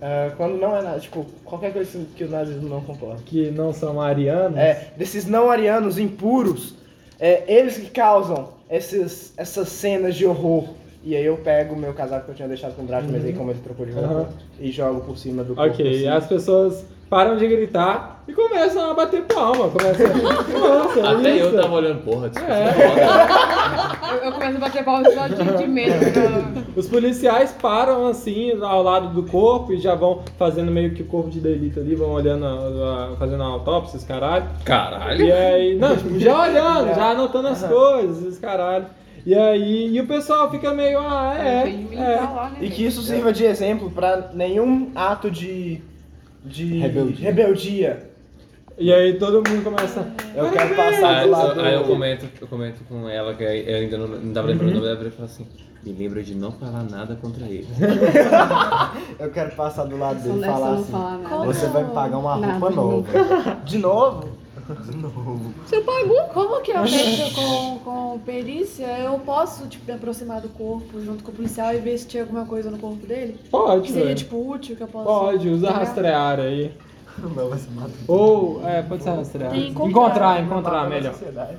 S3: É, quando não é nada, tipo, qualquer coisa assim que o nazismo não comporta.
S1: Que não são arianos?
S3: É, desses não arianos impuros, é, eles que causam esses, essas cenas de horror. E aí eu pego o meu casaco que eu tinha deixado com o Draco, mas aí como ele trocou de roupa,
S1: Aham.
S3: e jogo por cima do corpo.
S1: Ok,
S3: assim.
S1: as pessoas param de gritar e começam a bater palma. Começam a... Nossa, é
S6: Até
S1: isso.
S6: eu tava olhando, porra, desculpa.
S7: Eu, eu começo a bater palma só
S1: [LAUGHS]
S7: de, de medo. pra-
S1: Os policiais param assim ao lado do corpo e já vão fazendo meio que o corpo de delito ali, vão olhando, a- a- fazendo a autópsia, os caralho.
S6: Caralho.
S1: E aí, não, tipo, já olhando, já anotando as coisas, os caralho. E aí, e o pessoal fica meio, ah, é,
S7: Tem militar
S1: é.
S7: lá, né?
S3: E que isso sirva de exemplo pra nenhum ato de. de
S5: Rebeldia.
S3: rebeldia
S1: E aí todo mundo começa.
S3: Eu quero passar
S6: Aí,
S3: do
S6: Ah, eu-
S3: lado.
S6: aí eu comento, eu comento com ela, que aí eu ainda não, não tava lembrando o nome dela, e falo assim, me lembra de não falar nada contra ele.
S5: Eu quero passar do lado
S7: Essa
S5: dele e
S7: essa
S5: falar
S7: não
S5: assim.
S7: fala nada.
S5: Você vai me pagar uma
S7: Nada,
S5: roupa nova.
S3: De novo?
S5: De novo.
S8: Você pagou? Uh, Como que eu mexo com, com perícia? Eu posso, tipo, me aproximar do corpo junto com o policial e ver se tinha alguma coisa no corpo dele? Que
S1: Pode,
S8: seria,
S1: velho.
S8: tipo, útil que eu posso...
S1: Pode, usa
S8: pegar?
S1: rastrear aí.
S5: Não, vai se matar.
S1: Ou, é, pode ser rastrear.
S4: Tem
S1: Encontrar, né?
S4: encontrar.
S1: encontrar, melhor.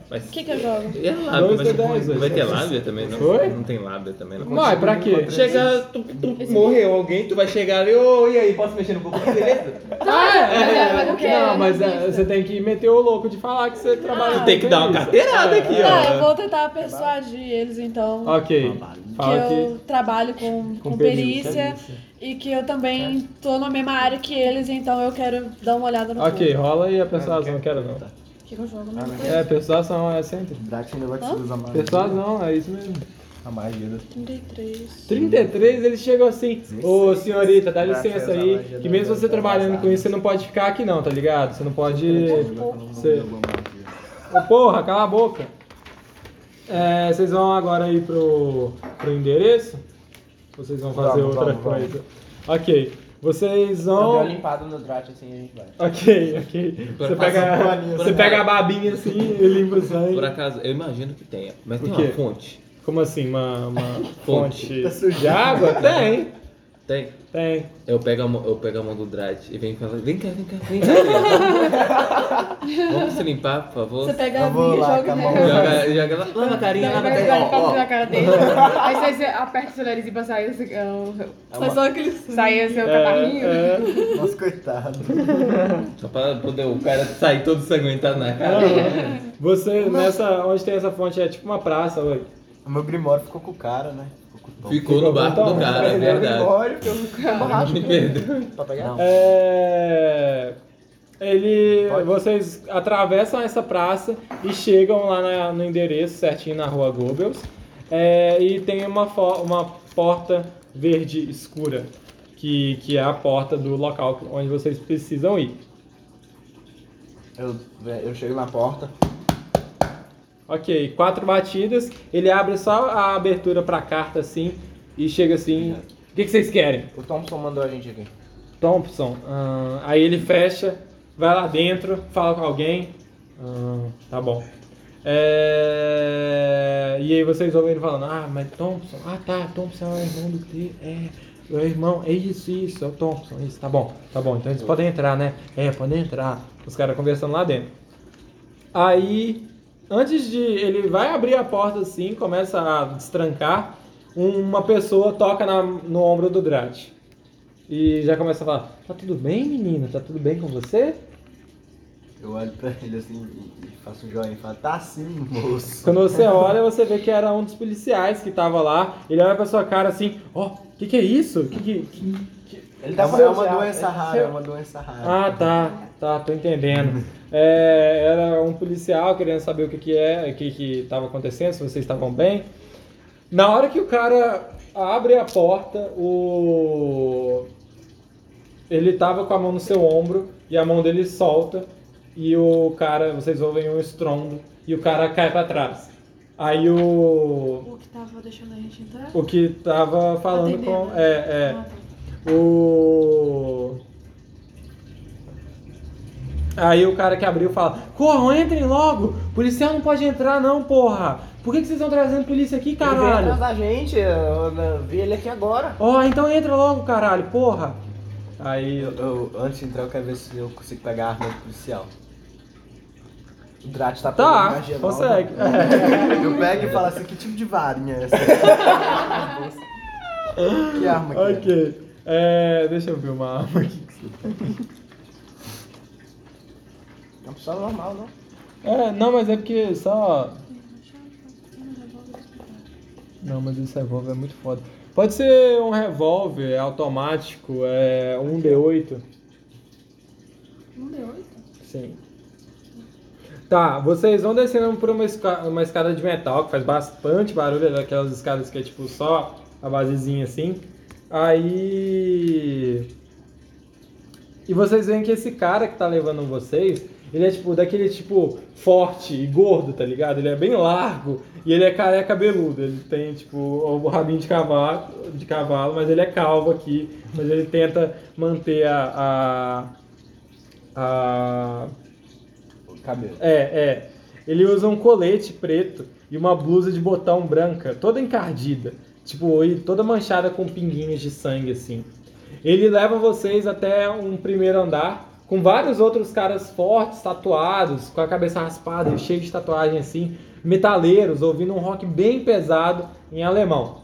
S6: Mas
S4: O que, que eu
S6: [LAUGHS]
S4: jogo?
S6: E é lábio,
S1: Dois
S6: mas
S1: de
S6: não,
S1: dez,
S6: não vai
S1: dois de
S6: ter
S1: dez.
S6: lábia também, não?
S1: Oi?
S6: Não tem lábia também, não.
S1: Não, é pra quê?
S6: Chega, tu, tu morreu alguém, tu vai chegar ali, ô, e aí, posso mexer no corpo? Beleza?
S1: Ah, é,
S7: é, mas eu quero,
S1: Não, mas é,
S7: pista.
S1: você tem que meter o louco de falar que você trabalha.
S6: Tu tem que
S1: com
S6: dar uma
S1: isso.
S6: carteirada aqui,
S4: Tá, eu
S6: ó.
S4: vou tentar persuadir eles então.
S1: Ok.
S4: Que
S1: Fala
S4: eu
S1: que.
S4: trabalho com, com, perícia e que eu também tô na mesma área que eles, então eu quero dar uma olhada no
S1: Ok, rola aí a persuasão, quero não.
S4: corpo. O que, que eu jogo? Não sei.
S1: É, persuasão é sempre.
S5: Drax ainda vai te usar mais.
S1: Persuasão, é isso mesmo.
S5: A magia da
S4: 33.
S1: 33, ele chegou assim, ô senhorita, dá licença aí,
S2: magia
S1: que
S2: da-
S1: mesmo você
S2: da-
S1: trabalhando
S2: das
S1: com isso, você não pode ficar aqui não, tá ligado? Você não pode... Você...
S5: alguma magia.
S1: Ô porra, cala a boca! É, vocês vão agora aí pro, pro endereço? Ou vocês vão fazer
S5: Vamos,
S1: outra
S5: vamos,
S1: coisa? Ok,
S6: Tá
S1: vocês
S3: Eu dei uma
S1: vão...
S3: limpada no Drat assim e a gente vai.
S1: Ok, ok. Você pega, você pega a babinha assim e limpa o
S6: Por
S1: sangue.
S6: acaso, eu imagino que tenha, mas tem
S1: O
S6: uma
S1: quê?
S6: fonte.
S1: Como assim, uma, uma
S6: [LAUGHS] Fonte. Tá
S1: fonte de
S6: [LAUGHS]
S1: água? Tem,
S6: Tem.
S1: tem.
S6: Eu pego a mão, eu pego a mão do Drat e venho e falo, vem cá, vem cá, vem cá. [LAUGHS] criança." Vamos se limpar, por favor.
S4: Você pega a
S5: Eu vou
S4: minha e
S5: lá,
S4: joga
S5: com a
S4: nela.
S5: mão.
S6: Joga, joga lá, lava a carinha,
S7: Não,
S6: lava a
S7: vai
S6: carinha.
S7: jogar ele pra cima da cara dele. Aí você- você aperta o seu nariz e pra sair é o seu-
S4: Foi só aqueles.
S7: sair
S6: Tá
S7: o seu catarrinho.
S1: É, é.
S5: Nossa, coitado.
S6: Só pra poder o cara sair todo sanguentado na cara. [LAUGHS]
S1: Você, nessa, onde tem essa fonte, é tipo uma praça, ué.
S5: O meu Grimório ficou com o cara, né? Ficou né? com o Tom.
S6: Ficou no barco do cara, é verdade.
S3: Olha, que eu
S6: Me perdeu.
S3: Pra pegar?
S5: Não.
S1: É... Ele... Vocês atravessam essa praça e chegam lá na- no endereço certinho na rua Goebbels. É, e tem uma, fo- uma porta verde escura, que, que é a porta do local onde vocês precisam ir.
S3: Eu,
S5: é,
S3: eu chego na porta.
S1: Ok, quatro batidas. Ele abre só a abertura pra carta assim e chega assim... O que que vocês querem?
S3: O Thompson mandou a gente aqui.
S1: Thompson. ahn, aí ele fecha, vai lá dentro, fala com alguém. ahn, tá bom. É, E aí vocês ouvem ele falando, ah, mas Thompson, ah tá, Thompson é o irmão do T, é, é o irmão, é isso, isso, é o Thompson, isso, tá bom, tá bom, então eles podem entrar, né? É, podem entrar. Os caras conversando lá dentro. Aí, antes de. Ele vai abrir a porta assim, começa a destrancar. Uma pessoa toca na- no ombro do Drat. E já começa a falar: Tá tudo bem, menina? Tá tudo bem com você?
S5: Eu olho pra ele assim e- e faço um joinha e falo, tá sim,
S6: Tá
S5: moço.
S1: Quando você olha, você vê que era um dos policiais que tava lá. Ele olha pra sua cara assim: Ó, o que, que é isso? Que que- que-
S3: Ele
S5: É
S3: tá
S5: uma, é uma doença rara, é uma doença rara.
S1: Ah, tá, tá, tô entendendo. É, era um policial querendo saber o que, que é, o que, que tava acontecendo, se vocês estavam bem. Na hora que o cara abre a porta, o. Ele tava com a mão no seu ombro e a mão dele solta e o cara, vocês ouvem um estrondo e o cara cai pra trás. Aí o
S8: O que tava deixando a gente entrar?
S1: o que tava falando
S8: Atendendo.
S1: com é,
S8: Ah, tá.
S1: é o Aí o cara que abriu fala: Corram, entrem logo! Policial não pode entrar, não, porra! Por que, que vocês estão trazendo polícia aqui,
S3: Caralho.
S1: caralho?
S3: da gente, eu, eu vi ele aqui agora.
S1: Ó, então entra logo, caralho, porra! Aí.
S5: Eu, eu- antes de entrar, eu quero ver se eu consigo pegar a arma do policial.
S3: O Drat tá pegando
S1: Tá,
S3: magia nova.
S1: consegue.
S5: [LAUGHS] Eu pego e falo assim, que tipo de varinha é essa? [LAUGHS] que arma que é?
S1: [LAUGHS] ok. É, deixa eu ver uma arma aqui.
S3: Não precisa normal, né? não.
S1: É, não, mas é porque só. Não, mas esse revólver é muito foda. Pode ser um revólver automático, é um D8.
S8: Não deu, oito.
S1: Sim. Tá, vocês vão descendo por uma, esca- uma escada de metal que faz bastante barulho, é daquelas escadas que é tipo só a basezinha assim. Aí. E vocês veem que esse cara que tá levando vocês, Ele é tipo daquele tipo forte e gordo, tá ligado? Ele é bem largo e ele é careca cabeludo. Ele tem tipo o rabinho de cavalo, de cavalo, mas ele é calvo aqui, mas ele tenta manter a- a, a
S2: Cabelo.
S1: é, é. Ele usa um colete preto e uma blusa de botão branca, toda encardida. Tipo, e toda manchada com pinguinhos de sangue, assim. Ele leva vocês até um primeiro andar, com vários outros caras fortes, tatuados, com a cabeça raspada e cheio de tatuagem, assim. Metaleiros, ouvindo um rock bem pesado em alemão.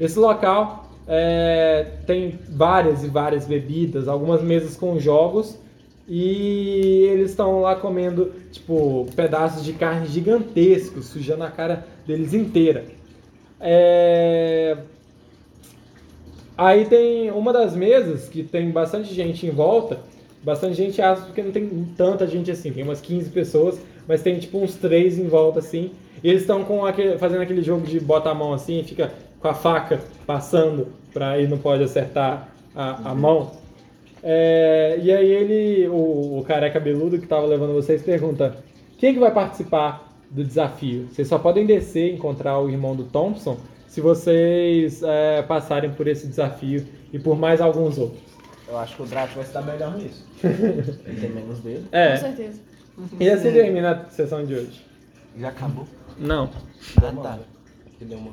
S1: Esse local é, tem várias e várias bebidas, algumas mesas com jogos e eles estão lá comendo, tipo, pedaços de carne gigantescos, sujando a cara deles inteira. É... Aí tem uma das mesas que tem bastante gente em volta, bastante gente aspas, porque não tem tanta gente assim, tem umas 15 pessoas, mas tem tipo uns três em volta assim. E eles estão com aquele- fazendo aquele jogo de bota a mão assim, fica com a faca passando pra e não pode acertar a, a mão. É, e aí ele, o, o careca beludo que tava levando vocês, pergunta: quem é que vai participar do desafio? Vocês só podem descer e encontrar o irmão do Thompson se vocês é, passarem por esse desafio e por mais alguns outros.
S2: Eu acho que o Draco vai se dar melhor
S5: [LAUGHS]
S2: nisso. Ele tem menos dedo.
S8: Com
S1: É,
S8: certeza.
S1: e assim termina a sessão de hoje.
S5: Já acabou?
S1: Não.
S5: Ah, tá.
S2: Ele deu uma.